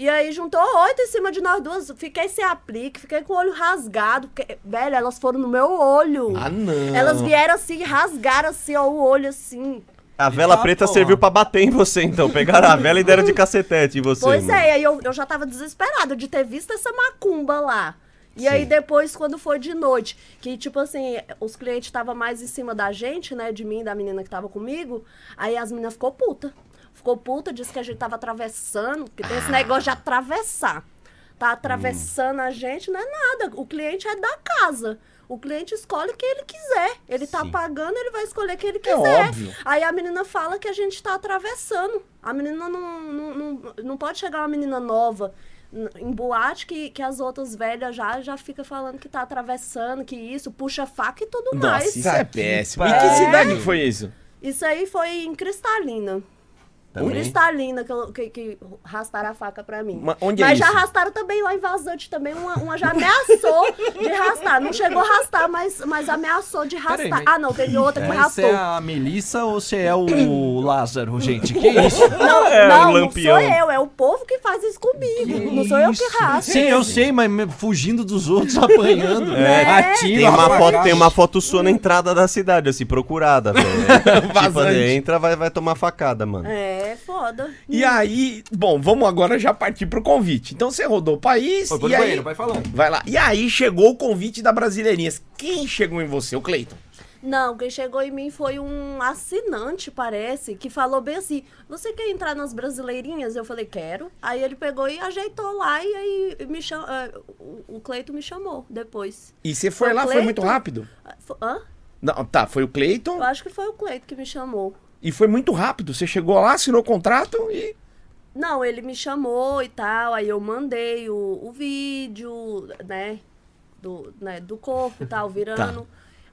D: E aí juntou oito em cima de nós duas. Fiquei sem aplique, fiquei com o olho rasgado. Porque, velho, elas foram no meu olho.
A: Ah, não.
D: Elas vieram assim, rasgaram assim, ó, o olho assim.
B: A
A: Ah,
B: vela
E: Eita,
B: preta
E: porra.
B: serviu pra bater em você, então. Pegaram a vela e deram de cacetete em você.
D: Pois
B: mano.
D: é, e aí eu, eu já tava desesperada de ter visto essa macumba lá. E aí depois, quando foi de noite, que tipo assim, os clientes estavam mais em cima da gente, né? De mim, da menina que tava comigo. Aí as meninas ficou puta. Ficou puta, disse que a gente tava atravessando, porque tem esse negócio de atravessar. Tá atravessando a gente, não é nada. O cliente é da casa. O cliente escolhe quem ele quiser. Ele tá
B: Sim.
D: pagando, ele vai escolher quem ele
A: É
D: quiser.
A: óbvio.
D: Aí a menina fala que a gente tá atravessando. A menina não, não, não, não pode chegar uma menina nova n- em boate que, que as outras velhas já, já fica falando que tá atravessando, que isso, puxa faca e tudo mais.
A: Nossa, isso é péssimo. E que
E: pariu.
A: cidade que foi isso?
D: Isso aí foi em Cristalina.
B: Também?
D: Cristalina que, eu- que, que rastaram a faca pra mim.
A: Ma- onde é
D: Mas já
A: isso?
D: rastaram também lá em Vazante também. Uma, uma já ameaçou
E: (laughs)
D: de rastar. Não chegou a rastar, mas, mas ameaçou de rastar.
E: Peraí, mas-
D: Ah, não, teve outra que
E: Mas você
D: rastou.
E: é a Melissa ou você é
D: (coughs)
E: o Lázaro, gente? Que isso?
D: Não,
B: É, o
D: não, não sou
B: lampião.
D: eu, é o povo que faz isso comigo. não sou eu que
E: Isso.
D: rasto.
E: Sim, eu sei, mas me- fugindo dos outros, (laughs) apanhando.
D: É.
E: Ativo,
B: Tem uma,
E: apagar.
B: foto, tem uma foto sua na entrada da cidade, assim, procurada, velho. tipo,
A: Vazante.
B: entra, vai, vai tomar facada, mano.
D: É, foda.
A: E aí, bom, vamos agora já partir pro convite. Então você rodou o país
E: Foi pro
A: e aí...
E: banheiro, vai falando.
A: Vai lá. E aí chegou o convite da Brasileirinhas. Quem chegou em você? O Cleiton.
D: Não, quem chegou em mim foi um assinante, parece, que falou bem assim: você quer entrar nas brasileirinhas? Eu falei, quero. Aí ele pegou e ajeitou lá, e aí me cham... ah, o- o Cleito me chamou depois.
A: E você foi
D: Foi o
A: lá, foi
D: Cleiton?
A: muito rápido?
D: Ah, fo- Hã?
A: Não, tá, foi o Cleiton
D: Eu acho que foi o Cleito que me chamou.
A: e foi muito rápido. Você chegou lá, assinou o contrato e.
D: Não, ele me chamou e tal, aí eu mandei o, o vídeo, né do, né, do
B: (laughs)
D: corpo e
B: Tá.
D: tal, virando.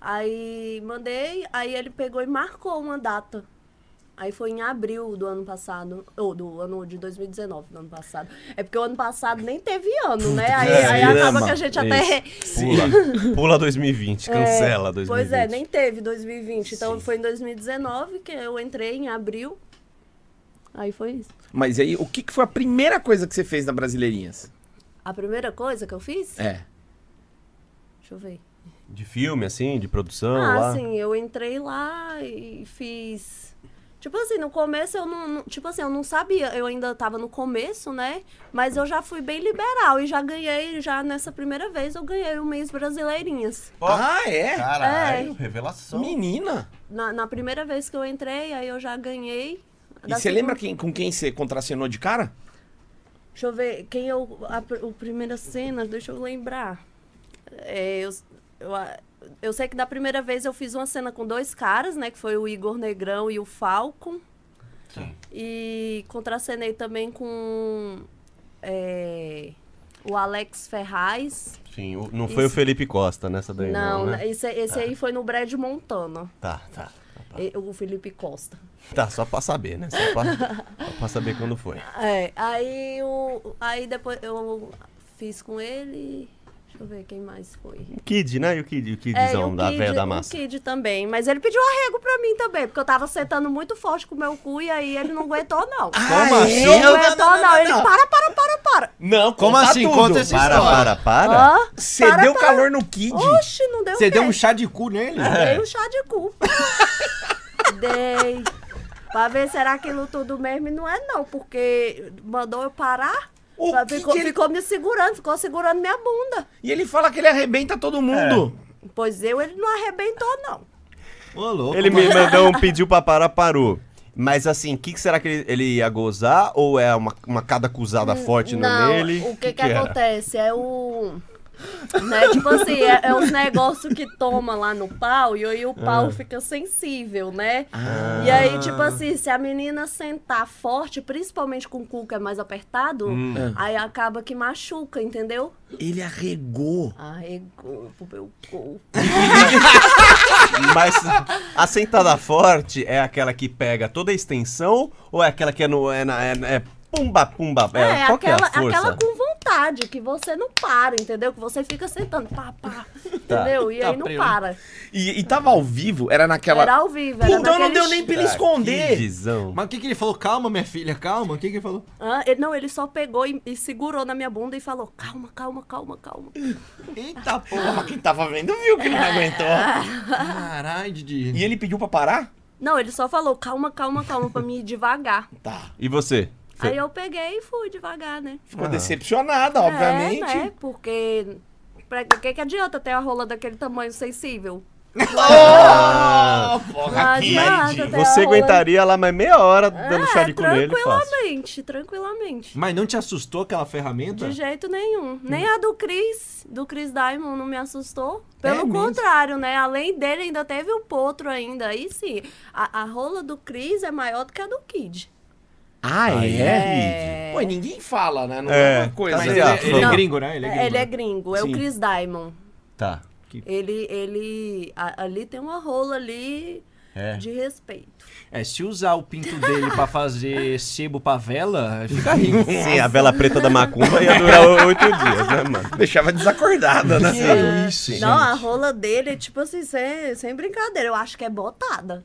D: Aí mandei, aí ele pegou e marcou uma data. Aí foi em abril do ano passado, ou do ano de 2019, do ano passado. É porque o ano passado nem teve ano, né? Aí,
B: É,
D: aí
B: grama.
D: acaba que a gente até. (laughs) É,
B: Pula, pula 2020, cancela 2020.
D: Pois é, nem teve 2020. Então
B: Sim.
D: foi em 2019 que eu entrei em abril. Aí foi isso.
A: Mas aí, o que, que foi a primeira coisa que você fez na Brasileirinhas?
D: A primeira coisa que eu fiz?
A: É.
D: Deixa eu ver.
B: De filme, assim, de produção
D: ah,
B: lá.
D: sim, eu entrei lá e fiz. Tipo assim, no começo eu não, não- Tipo assim, eu não sabia, eu ainda tava no começo, né? Mas eu já fui bem liberal e já ganhei, já nessa primeira vez, eu ganhei o mês brasileirinhas.
C: Ó,
A: ah, é?
C: Caralho,
D: É.
C: revelação.
A: Menina.
D: Na, na primeira vez que eu entrei, aí eu já ganhei.
A: E
D: Da
A: você
D: segunda-
A: lembra quem, com quem você contracenou de cara?
D: Deixa eu ver, quem eu. A, pr- o primeira cena, deixa eu lembrar. É, eu, eu, a- eu sei que da primeira vez eu fiz uma cena com dois caras, né? Que foi o Igor Negrão e o Falcon. E contracenei também com é, o Alex Ferraz.
B: Sim, o- não foi o
D: Isso.
B: Felipe Costa nessa daí, não,
D: não,
B: né?
D: esse, esse aí foi no Brad Montana,
B: Tá, tá.
D: e- o Felipe Costa.
B: Tá, só pra saber, né? Só pra, só pra saber quando
D: (laughs)
B: foi.
D: É, aí, o, aí depois eu fiz com ele. Deixa eu ver quem mais foi.
B: O Kid, né? E o Kid, o
D: É, e
B: Kidzão
D: o
B: da
D: Kid-
B: velha da
D: o
B: massa.
D: Kid também. Mas ele pediu arrego pra mim também, porque eu tava sentando muito forte com o meu cu e aí ele não aguentou, não.
A: Como
B: assim?
D: Ele não aguentou, não. Ele, para, para, para, para.
A: Não,
E: Como
A: conta
E: assim?
A: tudo.
E: Conta essa
B: Para,
E: história.
B: para, para.
D: Hã?
A: Você deu calor no Kid.
D: Oxi, não deu
E: Você
D: o
E: deu
D: quê?
E: um chá de cu nele?
B: É.
D: Dei um chá de cu. (laughs) Dei. Pra ver será aquilo tudo mesmo e não é não, porque mandou eu parar.
A: O
D: Pra-
A: que
D: ficou,
A: que ele-
D: ficou me segurando, ficou segurando minha bunda.
A: E ele fala que ele arrebenta todo mundo.
D: Pois eu, ele não arrebentou, não.
E: Ô, louco.
B: Ele me mandou um pediu pra parar, parou. Mas assim, o que, que será que ele, ele ia gozar? Ou é uma, uma cada acusada forte no
D: Hum, não,
B: nele?
D: O que que,
B: era?
D: acontece? É o. Né? Tipo assim, é, é os negócios que toma lá no pau e aí o
B: Ah.
D: pau fica sensível, né? E aí, tipo assim, se a menina sentar forte, principalmente com o cu que é mais apertado,
B: Hum.
D: aí acaba que machuca, entendeu?
A: Ele arregou.
D: Arregou pro meu cu. (laughs)
B: Mas a sentada forte é aquela que pega toda a extensão? Ou é aquela que é no. É, na- é, é pumba, pumba? É,
D: É,
B: qual que é
D: aquela,
B: a força?
D: aquela com vontade, que você não para, entendeu? Que você fica sentando, pá, pá, entendeu? E
E: Tá
D: aí não
E: preso.
D: para.
A: E, e tava ao vivo, era naquela.
D: Era ao vivo, era
A: Então não
D: naquele
A: deu nem pra ele
B: Ah, Que
A: esconder.
B: visão.
E: Mas o que, que ele falou? Calma, minha filha, calma. O que, que ele falou?
D: Ah, ele- não, ele só pegou e, e segurou na minha bunda e falou: calma, calma, calma, calma.
E: Eita porra.
A: Porra, quem tava vendo viu que não
D: (laughs)
A: aguentou.
E: Caralho, Didi.
A: E ele pediu pra parar?
D: Não, ele só falou: calma, calma, calma, pra mim
A: (laughs)
D: ir devagar.
A: Tá.
B: E você? Fe-
D: Aí eu peguei e fui devagar, né?
A: Ficou decepcionada, obviamente.
D: É, né? Porque. Pra o que, que adianta ter a rola daquele
A: (laughs)
D: tamanho sensível?
A: Ah,
D: Não
A: porra, Kid.
D: adianta ter a
B: Você
D: rola-
B: aguentaria lá mais meia hora dando chá
D: É,
B: de cu nele? Fácil.
D: tranquilamente, tranquilamente.
E: Mas não te assustou aquela ferramenta?
D: De jeito nenhum.
E: Hum.
D: Nem a do Chris, do Chris Diamond, não me assustou.
E: É
D: Pelo
A: mesmo?
D: contrário, né? Além dele, ainda teve o potro ainda. Aí sim, a, a rola do Chris é maior do que a do Kid.
A: Ah, é?
D: É.
A: Pô, ninguém fala, né? Não
B: É,
A: é, uma coisa.
B: tá
E: Mas
A: mas
E: ele,
B: certo.
A: ele-
E: é- ele é
B: Não.
E: gringo, né? Ele é gringo.
D: Ele é gringo, é
A: Sim.
D: o Chris Diamond.
B: Tá.
D: Ele, ele, a- ali tem uma rola ali
E: É.
D: de respeito.
E: É, se usar o pinto dele pra fazer sebo pra vela, fica
B: (laughs)
E: rico.
B: Sim, a vela preta da macumba ia durar o- oito dias, né, mano?
A: (laughs) deixava desacordada,
C: (laughs)
A: né?
E: É isso,
D: Não, a rola dele é tipo assim, sem, sem brincadeira. Eu acho que é botada.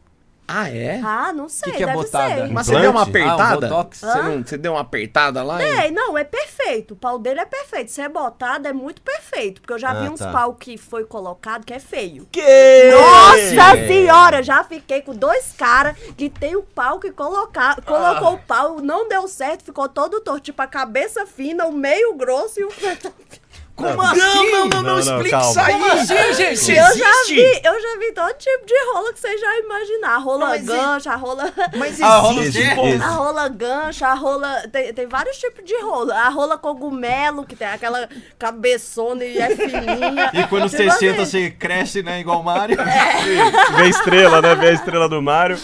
A: Ah, é?
D: Ah, não sei,
E: que que é
D: deve
E: botada?
D: ser.
A: Mas você deu uma
B: Implante?
A: apertada?
E: Ah, um botox.
A: você, não, você deu uma apertada lá? hein?
D: É, não, é perfeito. O pau dele é perfeito. Se é botado, é muito perfeito. Porque eu já
B: Ah,
D: vi uns
B: tá.
D: pau que foi colocado que é feio.
B: Que?
D: Nossa senhora, já fiquei com dois caras que tem o pau que
A: Ah.
D: colocar, colocou o pau, não deu certo, ficou todo torto, tipo a cabeça fina, o meio grosso e o (laughs)
A: Como não, assim? Não, não, não,
B: Não, não,
A: explica
B: calma.
A: isso aí.
B: Como
A: assim, gente? Isso
D: Eu já
A: existe?
D: vi, eu já vi todo tipo de rola que você já imaginar, a rola
A: Não, mas e-
D: gancho, a rola
A: Mas
E: Ah, rola
A: existe,
E: o quê?
A: pô.
D: A rola gancho, a rola. Tem, tem vários tipos de rola. A rola cogumelo, que tem aquela cabeçona e é fininha.
E: (laughs) E quando
D: Tipo
E: 60
D: assim,
E: você cresce, né? Igual o Mario.
B: Vê a estrela, né? Vê a estrela do Mario.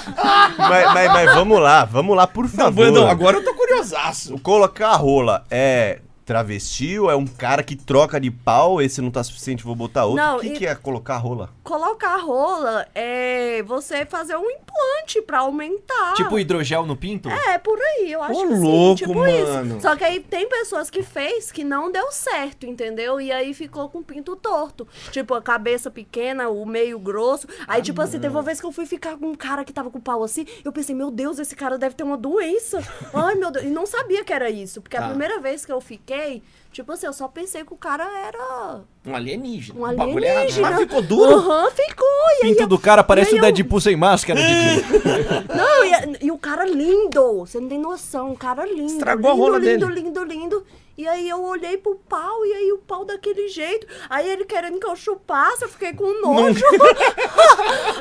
B: Mas, mas- mas vamos lá, vamos lá, por
A: Não,
B: favor.
A: Vandão, agora eu tô curiosaço.
B: Colocar a rola é travesti ou é um cara que troca de pau? Esse não tá suficiente, vou botar outro.
D: Não,
B: o que,
D: e-
B: que é colocar rola?
D: Colocar a rola é você fazer um implante pra aumentar.
E: Tipo hidrogel no pinto?
D: Ah, É, por aí, eu acho
A: Ô,
D: que sim,
A: louco,
D: tipo
A: mano.
D: isso. Só que aí tem pessoas que fez que não deu certo, entendeu? E aí ficou com o pinto torto. Tipo, a cabeça pequena, o meio grosso.
A: Ah,
D: Aí, tipo assim, teve uma vez que eu fui ficar com um cara que tava com o pau assim, eu pensei, meu Deus, esse cara deve ter uma
A: (laughs)
D: doença. Ai, meu Deus. E não sabia que era isso, porque
A: Tá.
D: a primeira vez que eu fiquei, tipo assim, eu só pensei que o cara era
A: Um alienígena.
D: um
A: O bagulho era-
D: alienígena.
A: Mas ficou duro?
D: Aham, ficou. E aí
E: Pinto do cara parece
D: e
E: o
D: aí eu-
E: Deadpool sem máscara, Didi.
D: Não, e, e o cara lindo. Você não tem noção, o cara lindo.
A: Estragou a
D: lindo,
A: rola
D: lindo,
A: dele.
D: Lindo, lindo, E aí eu olhei pro pau, e aí o pau daquele jeito. Aí ele querendo que eu chupasse, eu fiquei com nojo. (laughs)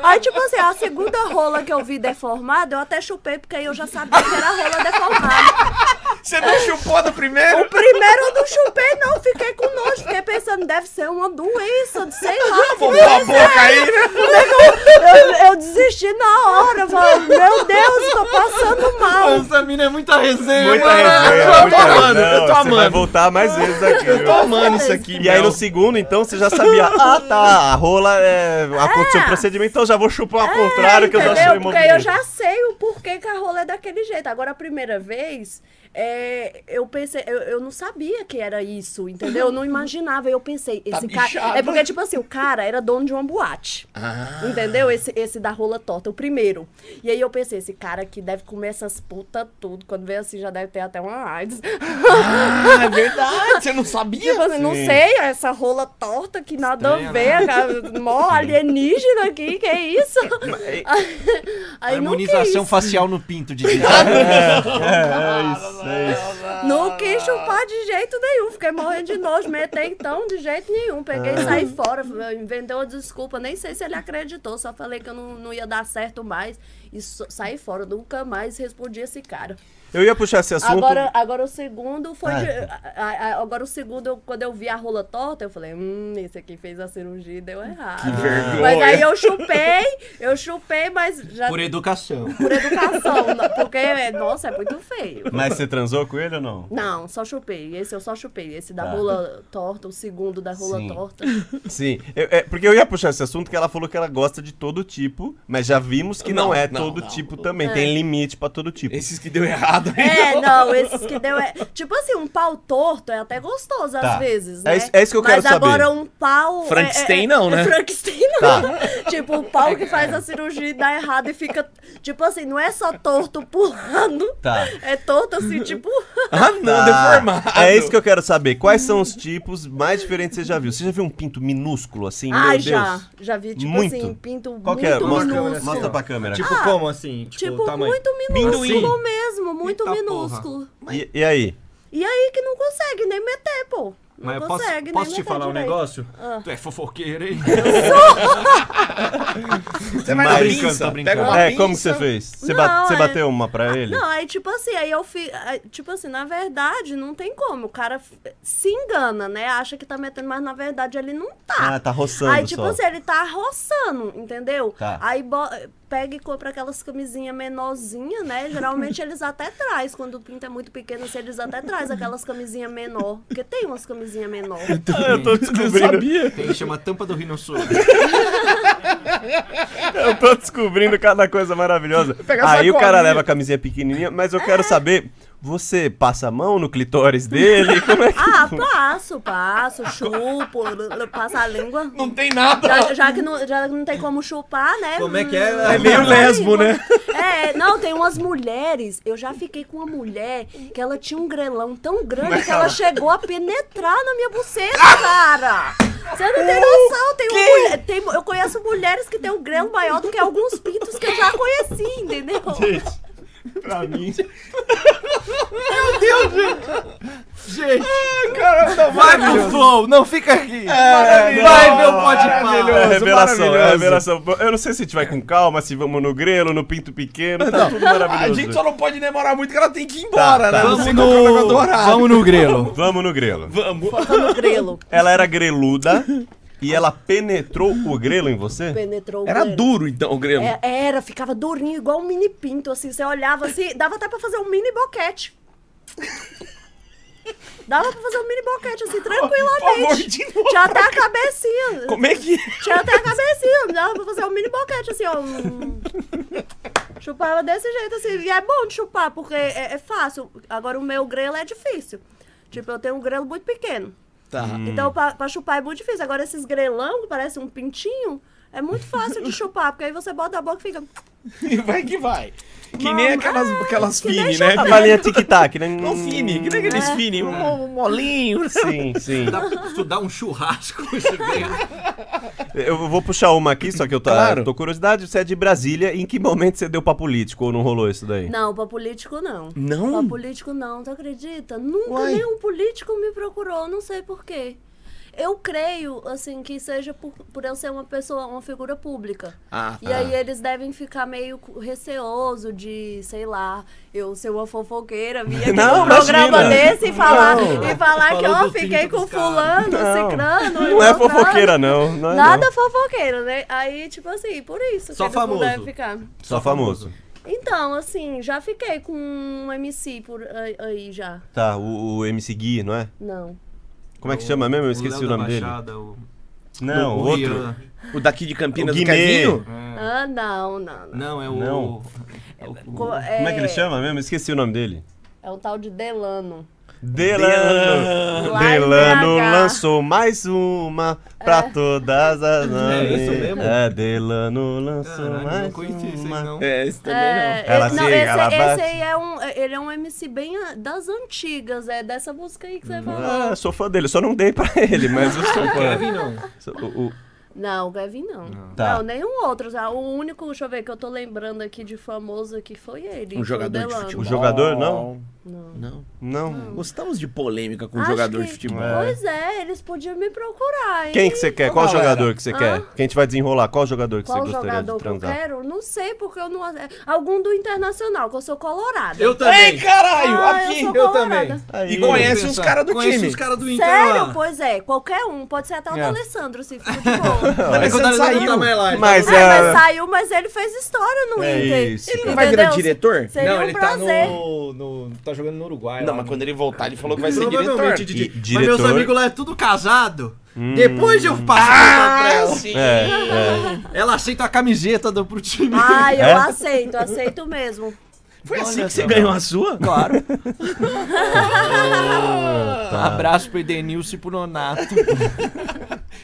D: aí, tipo assim, a segunda rola que eu vi deformada, eu até chupei, porque aí eu já sabia que era rola deformada.
A: Você não chupou do primeiro? (laughs)
D: O primeiro eu não chupei, não. Fiquei com nojo. Fiquei pensando, deve ser uma doença, sei lá.
A: (laughs) Vou pôr a boca aí.
D: Eu, eu desisti na hora. Eu falei, meu Deus, tô passando mal.
E: Essa mina é muita resenha,
B: Muita
E: mano.
B: resenha,
A: eu tô
B: muita-
A: amando, eu tô
B: Não, Você vai
A: amando.
B: voltar mais vezes aqui.
A: Eu tô
B: viu?
A: amando isso aqui,
B: E aí
A: meu.
B: no segundo, então, você já sabia. Ah, tá, a rola é, aconteceu o procedimento, então eu já vou chupar ao contrário que eu já um
D: Entendeu?
B: achei o
D: Porque aí eu
B: movimento.
D: já sei o porquê que a rola é daquele jeito. Agora, a primeira vez, é, eu pensei, eu, eu não sabia que era isso, entendeu? Eu não imaginava. Eu pensei,
A: Tá
D: esse cara.
A: bichado.
D: É porque, tipo assim, o cara era dono de uma boate.
A: Ah.
D: Entendeu? Esse, esse da rola torta, o primeiro. E aí eu pensei, esse cara aqui deve comer essas putas tudo. Quando vem assim, já deve ter até uma AIDS.
A: Ah, é verdade. Você não sabia?
D: Tipo assim, não sei, essa rola torta que nada a ver, cara, mó alienígena aqui, que é isso? (laughs) Aí não
E: Harmonização
D: quis,
E: facial no pinto, Didi.
B: É isso, é isso.
D: não quis chupar de jeito nenhum, fiquei morrendo de nojo, meter então de jeito nenhum, peguei e saí fora, vendeu a desculpa, nem sei se ele acreditou, só falei que eu não, não ia dar certo mais e so- saí fora, nunca mais respondi esse cara.
B: Eu ia puxar esse assunto.
D: Agora, agora o segundo foi de- a- a- a- agora o segundo, eu- quando eu vi a rola torta, eu falei, hum, esse aqui fez a cirurgia e deu errado. Que
A: vergonha.
D: Mas aí eu chupei, eu chupei, mas já
E: Por
D: por,
E: educação.
D: educação, não- porque, é, nossa, é muito feio.
B: Mas você transou com ele ou não?
D: Não, só chupei. Esse eu só chupei. Esse da
B: Tá.
D: rola torta, o segundo da rola
B: Sim.
D: torta.
B: Sim. Eu- é, porque eu ia puxar esse assunto que ela falou que ela gosta de todo tipo, mas já vimos que não,
A: Não,
B: é
A: não,
B: todo
A: não.
B: tipo também. Tem limite pra todo tipo.
A: Esses que deu errado.
D: É, não, esses que deu. É, tipo assim, um pau torto é até gostoso
B: Tá.
D: às vezes,
B: É
D: né?
B: isso- é isso que eu
D: Mas
B: quero saber.
D: agora um pau. é-
A: Frankenstein
D: é- é-
A: não, né?
D: é Frankenstein
B: Tá.
D: não. (laughs) tipo, o pau que faz a cirurgia e dá errado e fica. Tipo assim, não é só torto pulando.
B: Tá.
D: É torto assim, tipo.
A: (laughs) Ah, não,
B: Tá.
A: deformado.
B: É isso que eu quero saber. Quais são os tipos mais diferentes que você já viu? Você já viu um pinto minúsculo assim?
D: Ai,
B: Meu
D: já.
B: Deus.
D: Já vi, tipo
B: Muito.
D: assim, pinto
B: Qual que é?
D: muito
B: Mostra,
D: minúsculo. Ah,
B: mostra pra câmera.
C: Tipo, como assim? Tipo,
D: Tipo,
C: tamanho.
D: muito minúsculo
A: Minduim.
D: mesmo, muito
C: Eita
D: minúsculo.
B: E, e aí?
D: E aí que não consegue nem meter, pô. Não
C: Mas eu posso,
D: consegue,
C: posso
D: nem
C: te
D: meter
C: falar um
D: direito.
C: negócio?
D: Ah.
E: Tu é fofoqueiro, (laughs) hein?
A: Você vai
B: Mas-
A: na
E: brincando,
A: pinça,
E: tô brincando.
A: pega uma
B: É,
A: pinça.
B: como que você fez? Você,
D: Não,
B: bate- você
D: é-
B: bateu uma pra ele?
D: Não, aí tipo assim, aí eu fiz. Tipo assim, na verdade, não tem como. O cara f- se engana, né? Acha que tá metendo, mas na verdade ele não tá.
B: Ah, tá roçando
D: Aí, tipo
B: só.
D: assim, ele tá roçando, entendeu?
B: Tá.
D: Aí bo- pega e compra aquelas camisinhas menorzinhas, né? Geralmente eles até traz. Quando o pinto é muito pequeno, assim, eles até traz aquelas camisinhas menor. Porque tem umas
C: (laughs)
D: camisinhas menor.
B: eu tô descobrindo.
E: Tem, chama tampa do rinoceronte.
B: Eu (laughs) tô descobrindo cada coisa maravilhosa.
A: pegar É. a
B: Aí o cara
A: sacolinha.
B: leva a camisinha pequenininha, mas eu quero saber, você passa a mão no clitóris
A: (laughs)
B: dele? Como é que...
D: Ah, passo, passo, chupo, passa a língua.
A: Não tem
D: (laughs)
A: nada.
D: Já, já que não, já que não tem como chupar, né?
C: Como é que é?
D: Hum,
C: É
A: meio
D: não
A: lesbo,
D: tem
A: né?
D: como- É, não, tem umas mulheres. Eu já fiquei com uma mulher que ela tinha um grelão tão grande que ela chegou a penetrar na minha buceta, cara! Você não tem noção, tem uma mulher. tem- eu conheço mulheres que têm um grelo maior do que alguns pintos que eu já conheci, entendeu?
B: pra mim...
E: Vai pro flow, É, não fica aqui.
A: Vai ver o
B: É revelação, é
A: maravilhoso.
B: revelação. Eu não sei se a gente vai com calma, se vamos no grelo, no pinto pequeno, tá tudo
A: A
B: maravilhoso.
A: gente só não pode demorar muito que ela tem que ir embora,
B: Tá,
A: né?
B: tá.
A: Não sei qual que é o negócio do horário.
E: Vamos no grelo.
B: Vamos no grelo.
A: Vamos.
D: Tô no grelo.
B: Ela era greluda e ela penetrou o grelo em você?
D: Penetrou o
A: Era
D: grelo.
A: duro, então, o Grêmio.
D: É, era, ficava durinho, igual
A: (laughs)
D: um mini pinto, assim. Você olhava assim, dava até pra fazer um mini boquete. Dava pra fazer um mini boquete assim,
A: Por favor,
D: tranquilamente.
A: de novo.
D: Tinha até a cabecinha.
A: Como é que.
D: Tinha até a cabecinha. Dava pra fazer um mini boquete assim, ó. Hum. Chupava desse jeito assim. E é bom de chupar, porque é, é fácil. Agora o meu grelo é difícil. Tipo, eu tenho um grelo muito pequeno.
A: Tá.
D: Então, pra, pra chupar é muito difícil. Agora, esses grelão, que parece um pintinho, é muito fácil de chupar, porque aí você bota a boca e fica.
A: E (laughs) vai que vai. Que
D: Não,
A: nem aquelas, aquelas
D: ah, que nem
A: fini, né?
B: A
D: chapéu.
A: Aquelas-
B: balinha tic-tac, né?
A: Não fini, que nem aqueles
D: É.
A: fini, um mo- molinho. né?
B: Sim, sim.
E: Dá pra estudar um (laughs) churrasco é esse grelo.
B: Eu vou puxar uma aqui, só que eu tô,
A: Claro.
B: tô curiosidade. Você é de Brasília, em que momento você deu pra político ou não rolou isso daí?
D: Não, pra político não.
A: Não?
D: Pra político não, tu acredita? Nunca
A: Uai.
D: nenhum político me procurou, não sei porquê. Eu creio, assim, que seja por, por eu ser uma pessoa, uma figura pública.
A: Ah,
D: E
A: tá.
D: aí eles devem ficar meio cu- receoso de, sei lá, eu ser uma fofoqueira, vir aqui
B: Não,
D: num programa
B: imagina.
D: desse e falar,
B: Não.
D: e falar que,
E: Falou
D: ó,
E: do
D: fiquei
E: pinto
D: com
E: dos caras.
D: fulano,
B: Não.
D: cicrano.
B: Não é
D: irmão,
B: fofoqueira, não. não é,
D: Nada
B: não.
D: fofoqueira, né? Aí, tipo assim, por isso
E: Só
D: que eles não
E: famoso.
D: devem ficar.
B: Só famoso.
D: Então, assim, já fiquei com um MC por aí, aí já.
B: Tá, o, o MC Gui, não é?
D: Não.
B: Como é que chama mesmo? Eu esqueci o,
E: Léo da
B: nome dele.
E: Baixada, o-
B: Não,
E: o
B: outro.
E: Rian.
D: é-
A: O daqui de Campinas,
B: O
A: do
B: Guimê.
A: Kevinho?
D: Ah, não, não, não.
E: Não, é o.
B: Não.
E: é o-
D: Co-
B: Como é que ele chama mesmo? Eu Esqueci o nome dele.
D: É um tal de Delano.
B: Delano.
D: Lá em É.
B: Delano
D: BH.
B: lançou mais uma pra todas as
E: É isso mesmo?
B: É, Delano lançou
E: Caralho, não
B: mais
E: conheci isso aí,
B: uma.
E: não.
A: É, esse também
D: É,
A: não.
D: e-
B: Ela
D: não,
B: siga,
D: esse,
B: ela bate.
D: esse aí é um. Ele é um MC bem a- das antigas, é dessa música aí que
A: Hum.
D: você falou.
B: Ah, sou fã dele, só não dei pra ele, mas eu sou fã.
E: Kevin não.
B: Sou- o- o-
D: Não, o Gavin não.
B: Tá.
D: Não, nenhum outro. tá? O único, deixa eu ver, que eu tô lembrando aqui de famoso aqui foi ele.
A: Um jogador de
D: Delano.
A: futebol.
B: jogador, não?
D: Não.
A: Não.
B: não.
A: Gostamos de polêmica com
D: Acho
A: Um jogador
D: que-
A: de futebol.
B: É.
D: Pois é, eles podiam me procurar, hein?
B: Quem que você quer? Qual
A: Ô, galera.
B: jogador que você quer? Que a gente vai desenrolar. Qual jogador que você
D: Qual
B: gostaria
D: jogador
B: de
D: que eu
B: transar?
D: quero? Não sei, porque eu não. Algum do internacional, que eu sou colorada.
E: Eu também.
A: Ei, caralho!
D: Ah, eu
A: aqui!
D: sou
E: Eu
D: colorada.
E: também.
B: Aí.
A: E conhece os
E: Pensa,
A: caras do
E: conhece
A: time.
E: os caras do Inter
B: Então,
D: Sério?
E: lá.
D: Pois é, qualquer um. Pode ser até o
E: É.
D: do Alessandro, se for de
B: (laughs)
D: boa.
A: Mas
E: É que o
A: ele
E: Dalessandro
A: saiu.
E: tá mais lá, ele tá
A: então.
B: Mas
D: É,
B: é-
D: mas saiu, mas ele fez história no
B: É
D: Inter.
B: isso,
A: Ele não
B: cara.
A: vai virar
D: Entendeu?
A: diretor?
D: Seria
E: não,
D: um
E: ele
D: prazer.
E: tá (laughs) no, no- tá jogando no Uruguai.
A: Não,
E: lá,
A: mas
E: né?
A: quando ele voltar, ele falou que vai ser diretor. Hum.
E: Provavelmente
B: diretor.
E: Didi.
B: Di-
E: Mas meus
B: diretor.
E: amigos lá é tudo casado. Depois eu passo ah, pra ela.
B: É, é.
E: Ela aceita a camiseta do, pro time.
D: Ah, eu
B: É?
D: aceito, aceito mesmo.
A: Foi assim que você ganhou a sua? (laughs)
E: Claro. Oh,
B: Tá.
E: Abraço pro Edenilson e pro Nonato.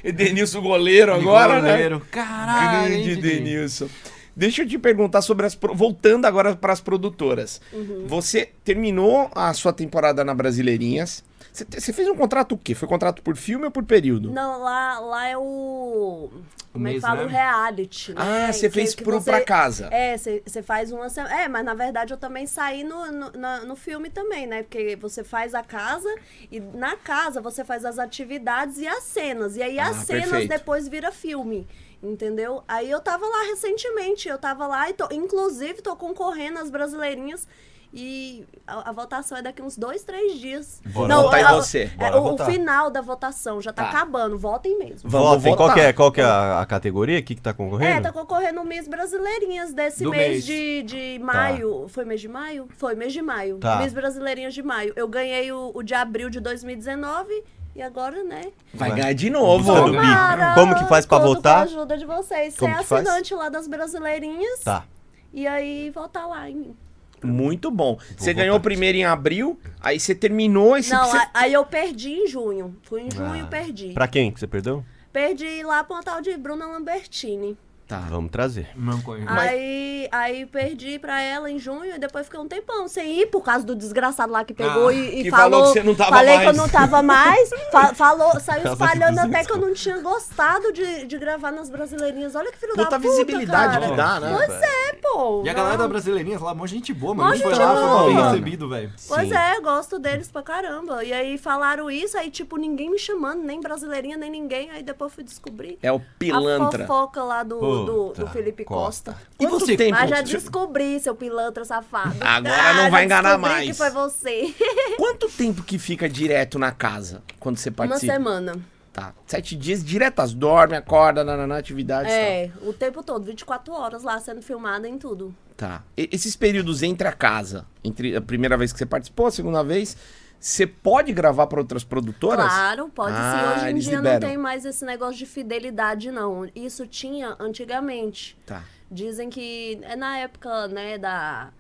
A: Denilson goleiro agora, né?
D: Ah,
E: Caralho.
A: Grande
E: hein, Didi?
A: Denilson. Deixa eu te perguntar sobre as. pro- Voltando agora para as produtoras.
D: Uhum.
A: Você terminou a sua temporada na Brasileirinhas. Você, te- você fez um contrato o quê? Foi contrato por filme ou por período?
D: Não, lá, lá é o. Como é que
E: mês,
D: fala?
E: né?
D: O reality. né?
A: Ah, você
D: Que-
A: fez
D: que
A: pro
D: você-
A: pra casa.
D: É, você faz uma semana. É, mas na verdade eu também saí no, no, na- no filme também, né? Porque você faz a casa e na casa você faz as atividades e as cenas. E aí as
A: Ah,
D: cenas
A: perfeito.
D: depois vira filme. Entendeu? Aí eu tava lá recentemente, eu tava lá e tô, inclusive tô concorrendo às brasileirinhas. E a, a votação é daqui uns dois, três dias.
B: Bora
A: votar em
D: a-
A: você.
D: é,
B: Bora
D: o, o
B: votar.
D: final da votação já tá,
A: Tá.
D: acabando. Votem mesmo.
A: Vamos
B: Votem, qual
A: votar.
B: que é, qual que é a, a categoria aqui que tá concorrendo?
D: É, tá concorrendo o Miss Brasileirinhas desse
E: Do
D: mês,
E: mês.
D: de, de maio. Foi mês de maio? Foi mês de maio.
B: Tá.
D: Miss Brasileirinhas de maio. Eu ganhei o, o de abril de 2019 e agora, né?
A: Vai
B: Vai.
A: ganhar de novo.
B: Busca do
A: Vamos.
B: bi. Como que faz pra
D: conto
B: votar?
D: Com a ajuda de vocês. Você
B: Como
D: é
B: que faz?
D: assinante lá das Brasileirinhas.
B: Tá.
D: E aí votar lá em
B: (laughs)
D: mim.
A: Muito bom. Você
B: votar.
A: ganhou o primeiro em abril, aí você terminou esse.
D: Não,
A: você-
D: a- aí eu perdi em junho. Fui em junho e
B: Ah,
D: perdi.
B: Pra quem que você perdeu?
D: Perdi lá pra uma tal de Bruna Lambertini.
A: Tá.
B: Vamos trazer.
E: Não conheço.
D: Aí, aí perdi pra ela em junho e depois fiquei um tempão sem ir por causa do desgraçado lá que pegou
E: Ah,
D: e, e
A: que
D: falou.
A: falou que você não tava
D: falei
A: mais.
D: que eu não
A: (laughs)
D: tava mais. fa- falou, saiu
B: Causa
D: espalhando
B: do
D: até que eu não tinha gostado de, de gravar nas brasileirinhas. Olha que filho da
A: Puta
D: tá puta.
A: visibilidade
D: cara.
A: que dá, né?
D: Pois é, pô.
E: E a
D: não.
E: galera da Brasileirinhas lá, mó gente boa, mano.
D: Mó
E: A gente foi
D: gente
E: lá, foi mal bem
A: boa.
E: recebido, velho.
D: Pois
B: Sim.
D: é, gosto deles pra caramba. E aí falaram isso, aí tipo, ninguém me chamando, nem brasileirinha, nem ninguém. Aí depois fui descobrir.
A: É o
D: A
A: pilantra.
D: fofoca lá do, do, do
B: Puta,
D: Felipe Costa.
A: E você tem
D: Mas já descobri, seu pilantra safado.
A: Agora
D: Ah,
A: não
D: já
A: vai enganar
D: descobri
A: mais.
D: que foi você.
A: Quanto tempo que fica direto na casa quando você
D: é. Uma
A: participa?
D: semana.
A: Tá. Sete dias diretas, dorme, acorda, na, atividade.
D: É, o tempo todo, 24 horas lá sendo filmada em tudo.
A: Tá. E- esses períodos entre a casa, entre a primeira vez que você participou, a segunda vez, Você pode gravar pra outras produtoras?
D: Claro, pode
A: Ah,
D: sim. Hoje em
A: eles
D: dia
A: liberam.
D: não tem mais esse negócio de fidelidade, não. Isso tinha antigamente.
A: Tá.
D: Dizem que é na época, né, da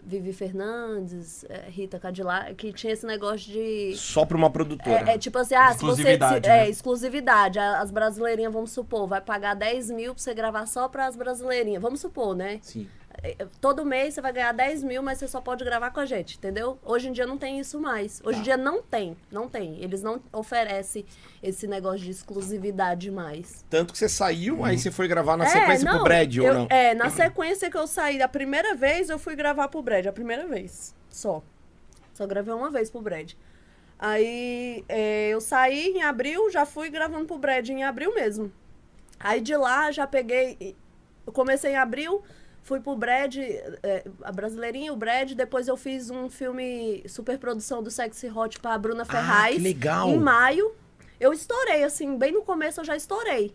D: Vivi Fernandes, eh, Rita Cadillac, que tinha esse negócio de.
A: Só pra uma produtora.
D: É, é tipo assim, ah, se você.
E: Exclusividade,
D: se- é,
E: né?
D: exclusividade. A- As brasileirinhas, vamos supor, vai pagar 10 mil pra você gravar só pras brasileirinhas. Vamos supor, né?
A: Sim.
D: É, é, Todo mês você vai ganhar 10 mil, mas você só pode gravar com a gente, entendeu? Hoje em dia não tem isso mais.
E: Tá.
D: Hoje em dia não tem, não tem. Eles não oferecem esse negócio de exclusividade mais.
A: Tanto que você saiu, aí você foi gravar na sequência pro Brad,
D: É, eu-
A: ou não?
D: É, na sequência que eu saí, a primeira vez eu fui gravar pro Brad, a primeira vez, só. Só gravei uma vez pro Brad. Aí é, eu saí em abril, já fui gravando pro Brad em abril mesmo. Aí de lá já peguei. Eu comecei em abril, fui pro Brad, é, a brasileirinha, o Brad. Depois eu fiz um filme superprodução do Sexy Hot pra Bruna Ferraz.
A: Ah, que legal.
D: Em maio. Eu estourei, assim, bem no começo eu já estourei.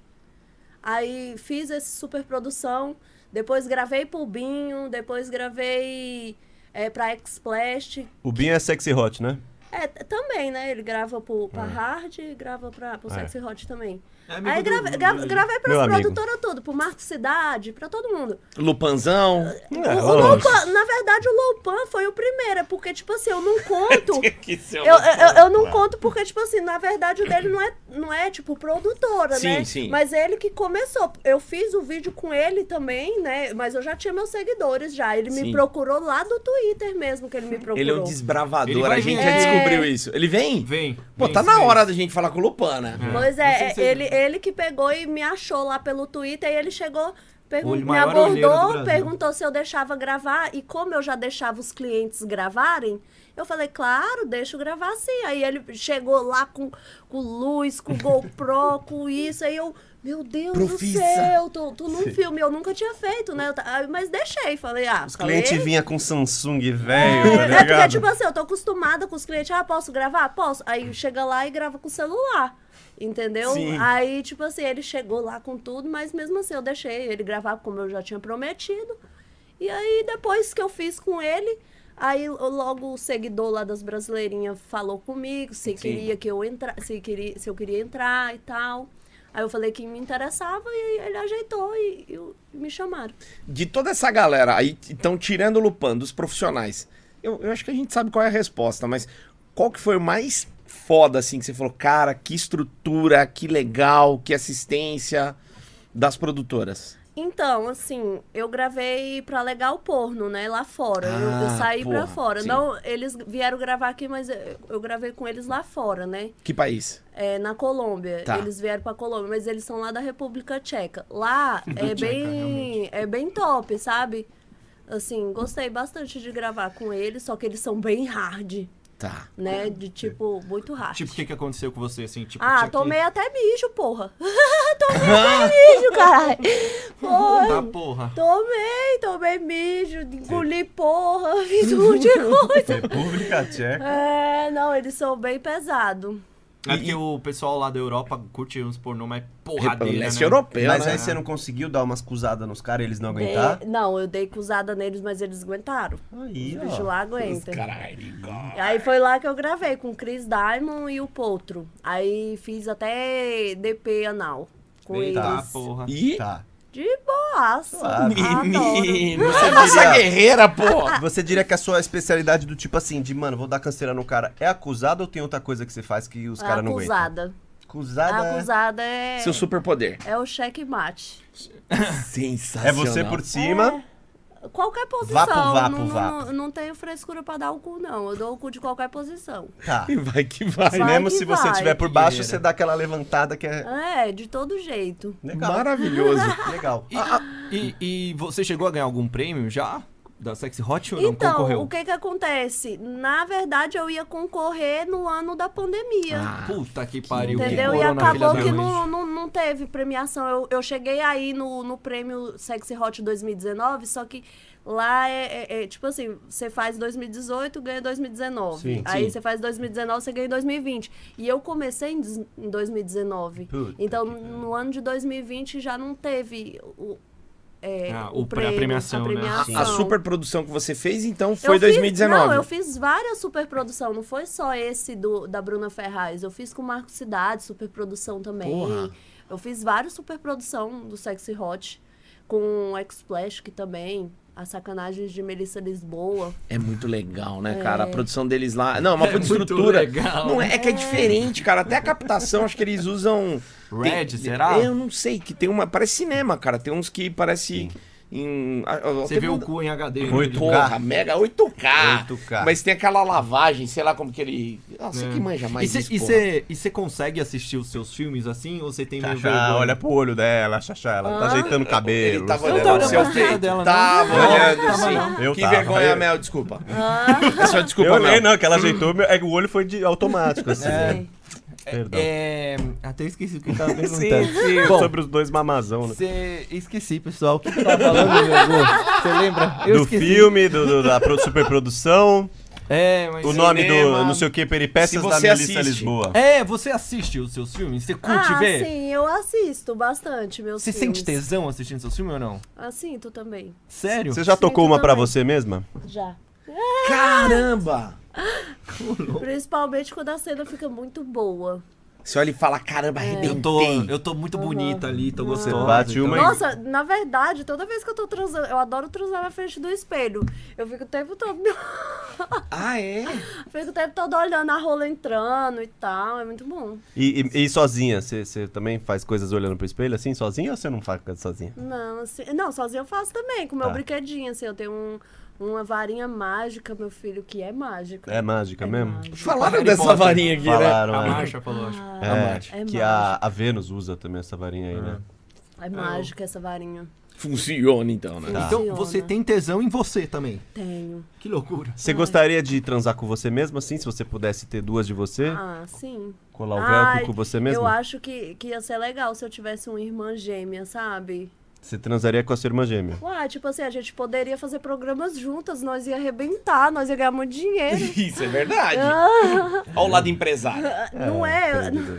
D: Aí fiz essa superprodução, depois gravei pro Binho, depois gravei é, pra Explast.
B: O Binho é sexy hot, né?
D: É, t- também, né? Ele grava pro, pra Hard e grava pra, pro
B: Ah, é.
D: Sexy Hot também.
E: É amigo
D: Aí
E: do-
D: grave,
E: do-
D: gra,
E: do-
D: gravei
B: Meu
D: pras
B: amigo.
D: produtoras tudo, pro Marco Cidade, pra todo mundo.
A: Lupanzão.
D: O-
B: É,
D: o
B: lógico.
D: Loupan, na verdade, o Loupan foi o primeiro, é porque, tipo assim, eu não
A: (laughs)
D: conto.
A: Que seu...
D: Eu, é, eu, eu não conto porque, tipo assim, na verdade o dele não é, não é tipo, produtora,
A: Sim,
D: né?
A: sim.
D: Mas ele que começou. Eu fiz o vídeo com ele também, né? Mas eu já tinha meus seguidores já. Ele
A: Sim.
D: me procurou lá do Twitter mesmo que ele me procurou.
A: Ele é um desbravador,
E: Ele vai
A: a gente
E: vir.
A: já
D: É.
A: descobriu isso. Ele vem?
E: Vem.
A: Pô,
E: vem,
A: tá na
E: vem.
A: hora da gente falar com o Lupan, né?
D: Pois
E: Não sei
D: é,
E: se
D: é,
E: você-
D: ele, ele que pegou e me achou lá pelo Twitter e ele chegou, pergun-
E: Olho
D: me
E: maior olheiro do
D: abordou,
E: Brasil.
D: perguntou se eu deixava gravar e como eu já deixava os clientes gravarem, eu falei, claro, deixa eu gravar sim. Aí ele chegou lá com, com luz, com
E: (laughs)
D: GoPro, com isso, aí eu... Meu Deus
A: Profissa.
D: do céu, tô, tô num filme, eu nunca tinha feito, né? Eu ta- ah, Mas deixei, falei, ah,
B: Os
D: falei,
B: clientes vinha com Samsung velho, tá
D: (laughs) é porque,
B: ligado?
D: tipo assim, eu tô acostumada com os clientes. Ah, posso gravar? Posso. Aí chega lá e grava com o celular. Entendeu?
A: Sim.
D: Aí, tipo assim, ele chegou lá com tudo, mas mesmo assim eu deixei ele gravar como eu já tinha prometido. E aí, depois que eu fiz com ele, aí lo- logo o seguidor lá das brasileirinhas falou comigo se queria que eu entrar, se, queria, se eu queria entrar e tal. Aí eu falei que me interessava e ele ajeitou e, e eu- me chamaram.
A: De toda essa galera aí, então, tirando o Lupan, dos profissionais, eu, eu acho que a gente sabe qual é a resposta, mas qual que foi o mais foda, assim, que você falou, cara, que estrutura, que legal, que assistência das produtoras?
D: Então, assim, eu gravei pra legal porno, né? Lá fora. Eu- eu,
A: Ah,
D: saí
A: porra,
D: pra fora.
A: sim.
D: Não, eles vieram gravar aqui, mas eu, eu gravei com eles lá fora, né?
A: Que país?
D: É, na Colômbia.
A: Tá.
D: Eles vieram pra Colômbia, mas eles são lá da República Tcheca. Lá é bem. É bem top, sabe? Assim, gostei bastante de gravar com eles, só que eles são bem hard,
A: Tá.
D: né? De tipo, muito hard.
E: Tipo, o que, que aconteceu com você, assim? Tipo,
D: ah,
E: tinha que-
D: tomei até mijo, porra. (laughs) tomei até mijo, caralho. Foi.
E: Tá, porra.
D: Tomei, tomei mijo, engoli porra, (laughs) fiz um monte
B: (laughs)
D: de coisa.
B: República Tcheca.
D: É, não, eles são bem pesados.
E: É porque o pessoal lá da Europa curte uns pornô mais porradeira,
A: Leste
E: né?
A: europeu,
B: Mas
A: né?
B: aí você não conseguiu dar umas cusadas nos caras e eles não aguentar?
D: É, Não, eu dei cusada neles, mas eles aguentaram.
B: Aí,
D: Os bichos
B: ó.
D: lá aguentam.
A: Caralho, igual.
D: Aí foi lá que eu gravei com o Chris Diamond e o Potro. Aí fiz até DP anal com
E: Tá,
D: eles.
E: porra.
A: E...
B: Tá.
D: De boaça.
B: Claro.
D: Ah, Adoro.
A: Menino, você é nossa guerreira, pô!
B: Você diria que a sua especialidade do tipo assim, de mano, vou dar canseira no cara, é acusada ou tem outra coisa que você faz que
D: Ah,
B: os caras não aguentam?
D: Acusada.
B: Acusada. é-
D: Acusada é,
A: Seu superpoder.
D: é o checkmate.
B: É
A: (laughs) Sensacional.
B: você por cima.
D: Qualquer posição.
B: vapo,
D: não, não-
B: vapo.
D: Não, tenho frescura pra dar o cu, não. Eu dou o cu de qualquer posição.
B: Tá.
A: E vai que vai.
D: Vai
B: Mesmo
D: que
B: se você
D: vai.
B: estiver por baixo,
E: Guerreira.
B: você dá aquela levantada que é.
D: É, de todo jeito.
B: Legal.
A: Maravilhoso.
B: (laughs) Legal.
E: E, e- e você chegou a ganhar algum prêmio já? Da Sexy Hot ou não
D: Então,
E: concorreu?
D: o que que acontece? Na verdade, eu ia concorrer no ano da pandemia.
E: Ah. Puta que pariu.
D: Entendeu? E
E: corona, filha
D: acabou
E: da
D: que
E: mãe.
D: não, não, não teve premiação. Eu, eu cheguei aí no, no prêmio Sexy Hot 2019, só que lá é, é- é, tipo assim, você faz 2018, ganha 2019.
B: Sim,
D: aí
A: sim.
D: você faz 2019, você ganha 2020. E eu comecei em, des- em 2019.
B: Puta
D: então, no ano de 2020 já não teve o, é,
E: Ah,
D: o
E: o pre- a
D: prêmio,
E: premiação, né?
A: A, a superprodução que você fez, então,
D: Eu
A: foi
D: fiz-
A: 2019.
D: não, eu fiz várias superprodução, não foi só esse do, da Bruna Ferraz. Eu fiz com o Marco Cidade, superprodução também.
A: Porra.
D: Eu fiz várias superprodução do Sexy Hot, com o X-Splash, que também, as sacanagens de Melissa Lisboa.
A: É muito legal, né, cara? A produção deles lá. Não, é
E: (laughs)
A: uma
E: É
A: puta
E: muito
A: estrutura.
E: legal.
A: Não é, é que é diferente, cara. Até a captação, acho que eles usam.
E: Red,
A: tem-
E: será?
A: Eu não sei, que tem uma. Parece cinema, cara. Tem uns que parece. Em, a- a-
E: Você
A: até
E: vê o
A: manda-
E: cu um em né? HD.
B: Oito.
A: Porra, mega 8K.
B: 8K.
A: Mas tem aquela lavagem, sei lá como que ele. Ah, você que manja mais. isso,
E: É. E
A: porra.
E: você consegue assistir os seus filmes assim? Ou você tem meio
B: Xaxá,
E: vergonha?
B: olha pro olho dela, Xaxá, ela tá
D: Ah.
B: ajeitando o cabelo.
A: Ele tava
E: Não
A: olhando
E: tá
A: o
E: olhando
A: seu
E: pra
A: peito.
E: cara dela, não.
A: tava
E: Não,
A: olhando,
E: tava
A: sim.
E: não. Ah.
B: Eu
A: que
B: tava.
A: vergonha,
B: Eu-
A: Mel, desculpa. Só desculpa,
B: eu olhei,
A: Mel.
B: não, que ela ajeitou, meu, é, o olho foi de automático, assim.
D: É.
B: Perdão.
E: É. Até esqueci o que eu
B: (laughs)
E: tava
B: Sim,
E: perguntando.
B: sim,
E: Bom.
B: sobre os dois mamazão, né?
E: Você. Esqueci, pessoal. O que eu
B: (laughs)
E: tava falando, meu amor? Você lembra? Eu
B: do
E: esqueci.
B: filme, do, do- da pro- (laughs) superprodução,
E: É, mas.
B: o nome
A: cinema.
B: do não sei o que, Peripécias
A: Se
B: da
A: você
B: Melissa
A: assiste.
B: Lisboa.
E: É, você assiste os seus filmes? Você curte
D: ah,
E: ver?
D: sim, eu assisto bastante meus
E: Você
D: filmes.
E: sente tesão assistindo seus filmes ou não?
D: Assinto também,
E: Sério?
B: Você já
D: Sim,
B: tocou uma
D: tudo
B: pra
D: bem.
B: você mesma?
D: já.
A: Caramba!
D: Principalmente quando a cena fica muito boa.
A: Você olha e fala, caramba,
E: Eu tô,
A: arrebentei.
E: eu tô muito bonita ali, tô gostosa.
B: bate uma
E: então.
B: e-
D: Nossa, na verdade, toda vez que eu tô transando, eu adoro transar na frente do espelho. Eu fico o tempo todo.
A: Ah, é?
D: Fico o tempo todo olhando a rola entrando e tal. É muito bom.
B: E, e- e sozinha, você você também faz coisas olhando pro espelho assim, sozinha ou você não faz sozinha?
D: Não, assim. Não, sozinha eu faço também, com meu
B: Tá.
D: brinquedinho, assim. Eu tenho um- uma varinha mágica, meu filho, que é mágica.
B: É mágica
D: É
B: mesmo?
D: mágica.
A: Falaram
E: Harry
A: dessa
E: Potter.
A: varinha aqui, né?
B: Falaram,
E: A
B: é.
E: Marcha falou, acho.
D: Ah,
B: É,
D: É
B: que a, a Vênus usa também essa varinha aí, né?
E: Ah.
D: É mágica essa varinha.
A: Funciona então, né?
B: Tá.
E: Então você tem tesão em você também.
D: Tenho.
E: Que loucura.
B: Você
D: Hum.
B: gostaria de transar com você mesma, assim, se você pudesse ter duas de você?
D: Ah, sim.
B: Colar o
D: Ai,
B: velcro com você mesma?
D: Eu acho que, que ia ser legal se eu tivesse uma irmã gêmea, sabe?
B: Você transaria com a sua irmã gêmea?
D: Uai, tipo assim, a gente poderia fazer programas juntas, nós ia arrebentar, nós ia ganhar muito dinheiro.
B: (laughs)
A: Isso é
D: (laughs)
A: verdade. Olha o lado empresário.
D: (laughs) Não é?
B: entendi.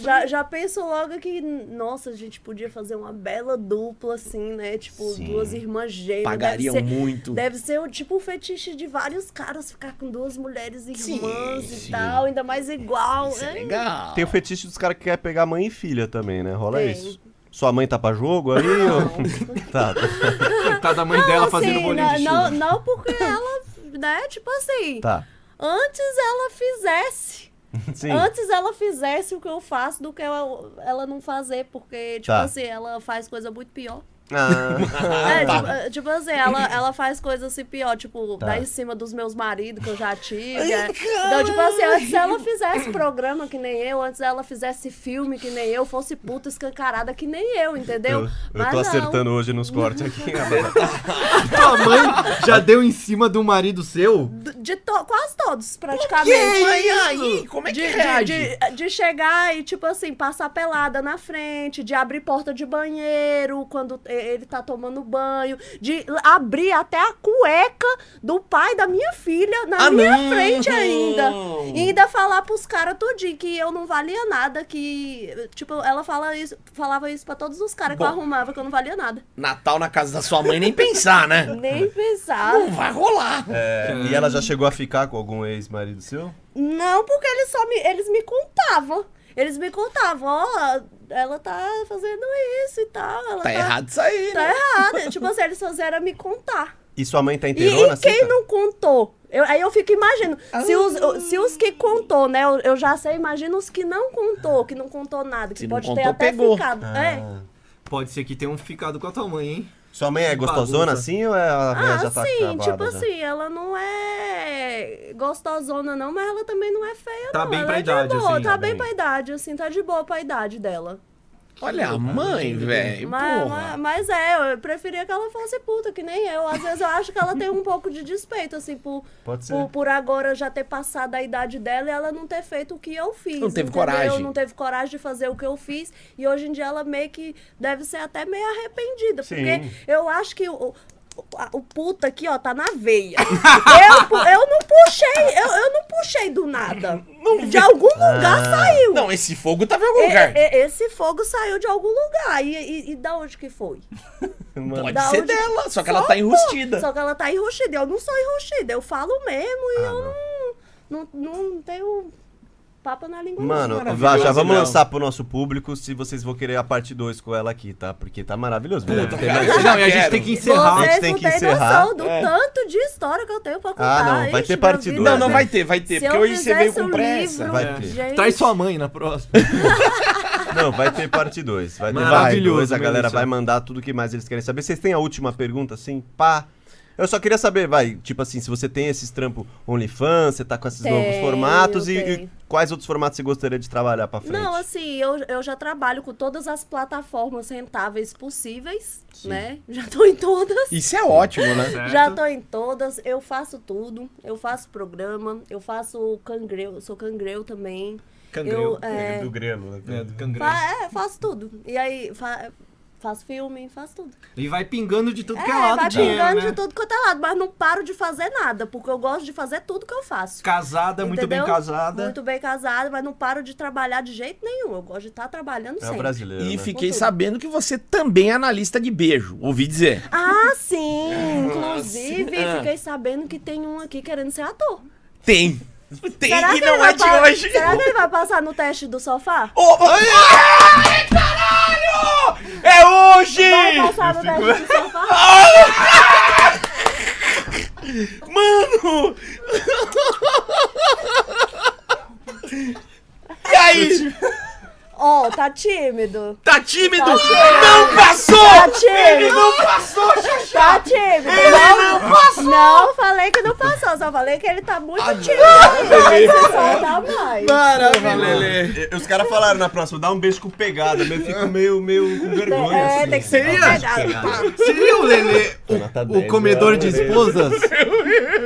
D: Já, já penso logo que, nossa, a gente podia fazer uma bela dupla, assim, né? Tipo,
B: Sim.
D: duas irmãs gêmeas.
A: Pagariam
D: deve ser,
A: muito.
D: Deve ser o tipo um fetiche de vários caras ficar com duas mulheres
A: Sim,
D: irmãs e
A: sim.
D: tal, ainda mais igual.
A: Isso é
D: É.
A: legal.
B: Tem o fetiche dos caras que querem pegar mãe e filha também, né? Rola
D: Tem.
B: isso. Sua mãe tá pra jogo aí? ou- (laughs) tá, tá.
E: Tá da mãe dela
D: Assim,
E: fazendo bolinho
D: não,
E: de
D: não,
E: chuva.
D: não porque ela, né? Tipo assim,
B: tá.
D: antes ela fizesse.
B: Sim.
D: Antes ela fizesse o que eu faço do que ela, ela não fazer, porque, tipo
B: Tá.
D: assim, ela faz coisa muito pior.
B: Ah,
D: (laughs) é, tipo, é, tipo assim, ela, ela faz coisas assim pior, tipo,
B: Tá.
D: dá em cima dos meus maridos que eu já tive. é. Então, tipo assim, antes ela fizesse programa que nem eu, antes ela fizesse filme que nem eu, fosse puta escancarada que nem eu, entendeu?
B: eu, eu tô acertando hoje nos cortes aqui. né?
D: (laughs)
E: Tua mãe já deu em cima do marido seu?
D: D- De to- quase todos, praticamente.
A: Mas aí, como é que
D: De, de,
A: reage?
D: de, de chegar e, tipo assim, passar pelada na frente, de abrir porta de banheiro quando e- ele tá tomando banho, de l- abrir até a cueca do pai da minha filha na
A: Ah,
D: minha
A: não!
D: frente ainda. E ainda falar pros caras tudinho que eu não valia nada, que. Tipo, ela fala isso, falava isso pra todos os caras que eu
A: Bom.
D: arrumava, que eu não valia nada.
A: Natal na casa da sua mãe, nem pensar, né?
D: Nem pensar.
A: Não vai rolar.
B: É, e ela já chegou a ficar com algum ex-marido seu?
D: Não, porque eles só me, eles me contavam. Eles me contavam, ó, ela tá fazendo isso e tal. Ela tá,
A: Tá errado isso aí,
D: Tá
A: né?
D: errado. (laughs) tipo assim, eles fizeram me contar.
B: E sua mãe tá
D: E,
B: inteirona?
D: e
B: assim,
D: quem
B: tá?
D: não contou? Eu- aí eu fico imaginando. Se os, se os que contou, né? Eu, eu já sei, imagina os que não contou, que não contou nada, que
A: Se não
D: pode ter
A: contou,
D: até
A: pegou.
D: ficado. É.
E: Pode ser que tenham ficado com a tua mãe, hein?
B: Sua mãe é gostosona
E: Bagunça.
B: assim ou ela
D: Ah,
B: já tá
D: sim,
B: acabada
D: tipo
B: já?
D: assim, ela não é gostosona, não, mas ela também não é feia,
E: Tá
D: não.
E: bem
D: ela
E: pra
D: é
E: idade,
D: de boa,
E: assim,
D: tá
E: tá
D: bem
B: bem.
D: pra idade, assim, tá de boa pra idade dela.
A: Olha a mãe, velho.
D: Mas,
A: Porra.
D: mas, mas é, eu preferia que ela fosse puta, que nem eu. Às vezes eu acho que ela tem um pouco de despeito, assim, por,
B: Pode ser.
D: por, por agora já ter passado a idade dela e ela não ter feito o que eu fiz.
A: Não teve
D: entendeu?
A: coragem.
D: Não teve coragem de fazer o que eu fiz. E hoje em dia ela meio que deve ser até meio arrependida.
B: Sim.
D: Porque eu acho que o- a- o puta aqui, ó, tá na veia. (laughs) eu, pu- eu não puxei, eu, eu não puxei do nada. de algum lugar saiu.
A: Ah. Não, esse fogo tava em algum
D: E-
A: lugar.
D: e- É, esse fogo saiu de algum lugar. E, e, e da onde
A: (laughs)
D: que foi?
B: Mano,
A: Pode
D: da
A: ser
D: onde-
A: dela, só que ela tá enrustida.
D: Só que ela tá enrustida. Eu não sou enrustida, eu falo mesmo
B: Ah,
D: e eu não, não, não tenho papo na língua. não.
B: Mano,
A: maravilhoso,
B: vá, já vamos
A: não.
B: lançar pro nosso público se vocês vão querer a parte 2 com ela aqui, tá? Porque tá maravilhoso. velho. Tem mais-
A: eu já
E: Não, e a gente
A: quero.
E: tem que encerrar.
B: A
D: Vocês
B: gente tem
D: não
B: que
D: têm
B: encerrar. Ah,
D: noção do tanto de história que eu tenho pra contar.
B: não, vai
D: Ixi,
B: ter parte
D: minha
B: dois.
D: vida-
A: É. Não, não vai ter, vai ter,
D: Né? Se
A: porque
D: eu
A: hoje você veio
D: fizesse
A: com
D: um
A: pressa.
D: livro,
B: Vai ter.
D: gente,
E: Traz sua mãe na próxima.
B: Não, vai ter parte 2. Vai ter
E: Maravilhoso,
B: parte 2. A
E: meu
B: galera
E: Deus.
B: vai mandar tudo que mais eles querem saber. Vocês têm a última pergunta, assim? Pá. Eu só queria saber, vai, tipo assim, se você tem esses trampo OnlyFans, você tá com esses novos
D: Tenho,
B: formatos e, e
D: tenho.
B: quais outros formatos você gostaria de trabalhar pra frente?
D: Não, assim, eu, eu já trabalho com todas as plataformas rentáveis possíveis, né? Já tô em todas.
A: Isso é ótimo,
D: (laughs)
A: né?
D: (laughs) Já tô em todas, eu faço tudo, eu faço programa, eu faço cangreu, eu sou cangreu também. Eu, é,
B: grelo, né?
C: É, do cangrejo.
D: fa- é, faço tudo. E aí, fa- faço filme, faço tudo.
E: E vai pingando de tudo que é
D: é,
E: lado.
D: vai
E: dinheiro,
D: pingando
E: né?
D: de tudo quanto é lado, mas não paro de fazer nada, porque eu gosto de fazer tudo que eu faço.
E: Casada, muito bem
D: Entendeu?
E: casada.
D: Muito bem casada, mas não paro de trabalhar de jeito nenhum. Eu gosto de estar trabalhando
B: É o
D: sempre.
B: brasileiro.
A: E
B: né?
A: fiquei
D: Contudo.
A: sabendo que você também é analista de beijo, ouvi dizer.
D: Ah, sim!
E: (laughs)
D: Inclusive,
A: Ah.
D: fiquei sabendo que tem um aqui querendo ser ator.
A: Tem. Tem e
D: ele
A: não
D: vai
A: é de
D: pa-
A: hoje.
D: Será que ele vai passar no teste do sofá?
A: Ô, ai, caralho! É
D: Vai
A: hoje!
D: passar no teste do sofá?
A: Mano! E aí?
D: Ó, tá tímido.
A: Tá tímido? Não passou!
D: Tá
A: Ele
D: tímido.
A: não passou, Xuxa!
D: Tá tímido. Não, não falei que não passou, só falei que ele tá muito tímido. Ele vai se soltar mais.
A: Maravilha,
B: E- Os caras falaram na próxima, dá um beijo com pegada, mas eu fico meio, meio
D: (laughs)
B: com vergonha.
D: É,
B: assim.
D: tem que ser pegado.
E: Seria o Lelê
D: tá
B: Nota
E: o,
B: 10,
E: o comedor
B: né?
E: de esposas?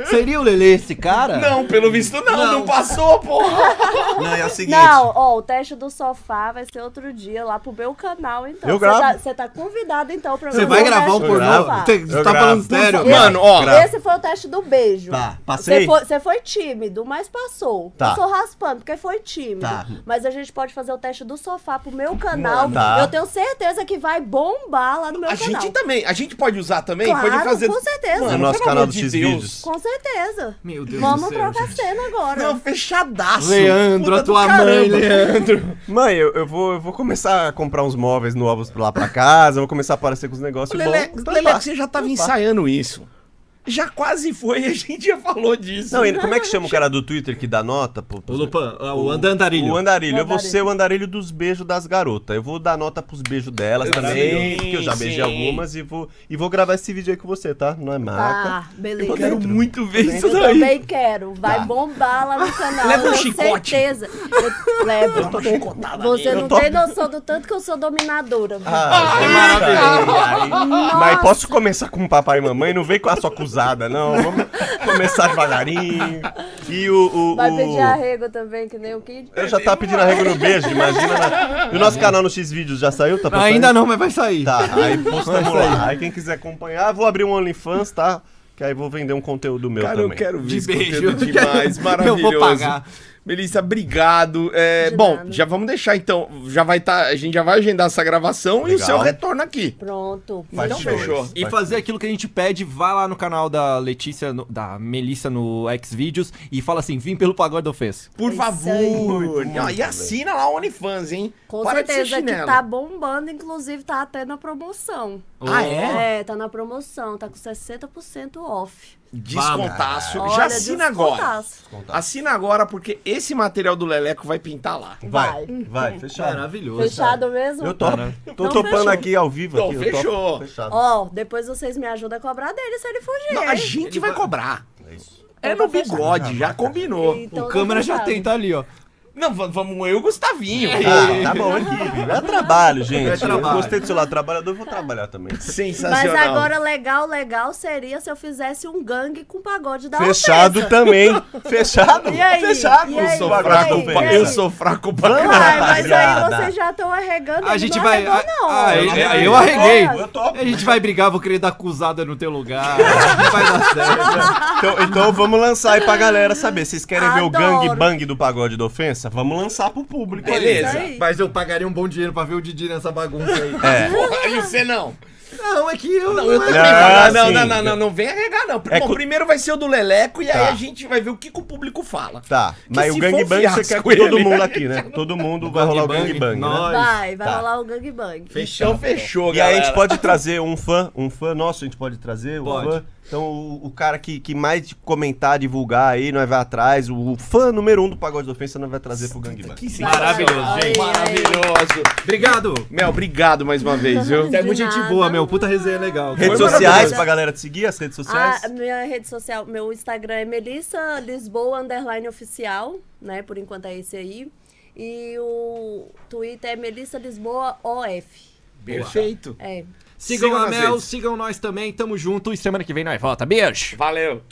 E: Seria o Lelê esse cara?
A: Não, pelo visto não, não,
E: Não.
A: passou, porra!
B: Não, é o seguinte.
D: um- Não, ó, o teste do sofá vai ser outro dia lá pro meu canal, então.
B: Eu
D: Você
B: gravo.
D: tá- Você tá, convidado, então, pra
E: Você vai gravar um
D: o teste do
E: pornô?
D: sofá.
E: Você
B: Eu
E: você tá
B: gravo.
E: falando sério?
A: favor. Mano, ó.
D: Esse foi o teste do beijo.
B: Tá,
D: Você
B: passei?
D: foi, você foi tímido, mas passou.
B: Tá.
D: Passou raspando, porque foi tímido.
B: Tá.
D: Mas a gente pode fazer o teste do sofá pro meu canal.
B: Tá.
D: Eu tenho certeza que vai bombar lá no meu
A: A
D: canal.
A: gente também, a gente pode usar também?
D: Claro,
A: pode fazer.
D: com certeza.
B: No
A: Mano,
B: nosso
A: pelo
B: canal
A: amor
B: do
A: de Deus.
B: X-Vídeos.
D: Com certeza.
E: Meu Deus
D: Vamos
E: do céu.
D: trocar cena agora. Tá,
A: Não, fechadaço.
E: Leandro,
A: Puta
E: a tua
A: do caramba.
E: mãe, Leandro.
B: Mãe, eu, eu vou, eu vou começar a comprar uns móveis novos lá pra casa, vou começar a aparecer com os negócios
A: Lele,
B: bons.
A: Lele, assim,
B: tá.
A: você já tava ensaiando isso. Já quase foi, a gente já falou disso.
B: Não, e como é que chama o cara do Twitter que dá nota? Pro,
E: O
B: pros-
E: Lupan, ah, o Andandarilho.
B: O andarilho. Eu vou
D: Andarilho.
B: ser o andarilho dos beijos das garotas. Eu vou dar nota pros beijos delas também,
A: Maravilhoso.
B: porque eu já beijei
A: Sim.
B: algumas e vou, e vou gravar esse vídeo aí com você, tá? Não é marca.
D: Tá,
A: Eu
D: beleza.
A: quero muito ver isso
D: Eu
A: daí.
D: também quero. Vai
B: um Tá.
D: bombar lá no canal.
A: Leva um
D: eu tenho
A: chicote.
D: certeza.
B: (laughs)
D: Eu levo.
A: Dá uma chicotada
D: Você
A: nele.
D: não
B: tô-
D: tem noção do tanto que eu sou dominadora.
B: Ah,
D: Nossa.
B: Mas posso começar com papai e mamãe? Não vem com a sua acusada, não. Vamos começar devagarinho. E o. o-
D: Vai
B: o-
D: pedir arrego também, que nem o Kid.
B: Eu já tava pedindo arrego no beijo, imagina. na- E o nosso canal no X-Vídeos já saiu? Tá pra
E: Ainda
B: sair?
E: não, mas vai sair.
B: Tá, aí postamos lá. Aí quem quiser acompanhar, vou abrir um OnlyFans, tá? Que aí vou vender um conteúdo meu
A: Cara, eu
B: também.
A: quero ver
E: De
A: esse
E: beijo.
A: conteúdo demais,
E: Eu vou
A: maravilhoso.
E: pagar.
A: Melissa, obrigado. É,
D: De
A: bom,
D: nada.
A: já vamos deixar então. Já vai tá, a gente já vai agendar essa gravação e o
B: Legal.
A: seu retorno aqui.
D: Pronto.
B: Parte
A: Então
B: dois.
A: fechou.
E: E fazer aquilo que a gente pede, vai lá no canal da Letícia, no- da Melissa no Xvideos e fala assim: vim pelo pagode do Fez.
A: Por
D: É isso aí.
A: favor. Ó, e assina lá o OnlyFans, hein?
D: Com
A: Para de ser
D: certeza que
A: chinelo.
D: tá bombando, inclusive tá até na promoção.
A: Ah, é?
D: É, tá na promoção, tá com 60% off.
A: Descontaço.
D: Olha,
A: já assina agora.
D: descontaço.
A: Assina agora, porque esse material do Leleco vai pintar lá.
B: Vai,
D: Vai.
B: vai, fechado.
E: Maravilhoso.
D: Fechado mesmo?
B: Eu topo. Tô
D: Então
B: topando
D: fechou.
B: aqui ao vivo.
A: Então
B: aqui, eu topo.
A: fechou.
B: Fechado.
D: Ó, depois vocês me ajudam a cobrar dele se ele fugir.
A: Não,
D: hein?
A: a gente vai cobrar.
B: É isso.
A: É
D: Então
A: no
D: tá fechado.
A: bigode, já combinou.
D: Então
E: O
D: tá
E: câmera já
D: fechado.
E: tem, tá ali, ó.
A: Não, va- vamos eu e o Gustavinho.
B: Ah, tá bom aqui. É trabalho, gente.
C: É trabalho.
B: Eu gostei do seu lado trabalhador, vou trabalhar também.
A: Sensacional.
D: Mas agora, legal, legal seria se eu fizesse um gangue com pagode da
B: Fechado
D: ofensa.
B: também. Fechado?
D: E aí?
B: Fechado. tá
D: E aí?
A: Eu sou
D: E aí?
A: fraco,
D: E
A: pra-
D: aí?
A: eu sou fraco pra
D: Ai,
A: caralho.
D: mas aí
B: Obrigada.
D: vocês já estão arregando.
C: A
D: ele
C: gente
D: não
C: vai.
D: Arregou, não.
C: ah, ah, eu,
B: não
C: eu
D: arreguei.
C: arreguei.
B: Eu topo.
C: A gente vai brigar, vou querer dar acusada no teu lugar. Não vai dar certo.
D: (laughs)
B: Então, então vamos lançar aí pra galera saber. Vocês querem ver o
D: Adoro.
B: gangue bang do pagode da ofensa? Vamos lançar pro público. aí.
A: Beleza.
D: Isso aí.
C: Mas eu pagaria um bom dinheiro pra ver o Didi nessa bagunça aí.
B: É,
A: Porra, e você não?
C: Não, é que eu.
A: Não, eu também.
B: Ah,
A: não,
B: sim.
A: não, não, não, não vem arregar, não.
B: É
A: Bom,
B: cu-
A: primeiro vai ser o do Leleco e aí
B: Tá.
A: a gente vai ver o que, que o público fala.
B: Tá, mas
A: se
B: o gangue
A: for
B: bang você quer
A: fiasco
B: com todo
A: ele,
B: mundo aqui, né? Todo mundo vai rolar o gangue bang, né?
C: nós.
D: Vai, vai
B: Tá.
D: rolar o gangbang.
A: Fechou, então fechou,
B: E aí a gente
A: galera.
B: pode trazer um fã, um fã nosso, a gente pode trazer, um
C: Pode.
B: fã. Então o, o cara que, que mais comentar, divulgar aí, nós vai atrás, o, o fã número um do Pagode da Ofensa nós vai trazer pro gangue bang.
A: Que
C: Maravilhoso, gente.
A: Maravilhoso.
C: Obrigado.
A: Mel, obrigado mais uma vez, viu?
C: Você é muito
D: De
C: gente
D: nada.
C: boa, meu. Puta resenha legal.
A: Foi
B: Redes sociais
A: maravilhoso. Ah,
B: pra galera te seguir, as redes sociais.
D: A Ah, minha rede social, meu Instagram é Melissa Lisboa Underline Oficial, né? Por enquanto é esse aí. E o Twitter é Melissa Lisboa OF.
A: Perfeito.
D: É.
C: Sigam,
A: Sigam
C: a
A: nas
C: Mel,
A: redes.
C: sigam nós também. Tamo junto e semana que vem nós volta. Beijo.
A: Valeu.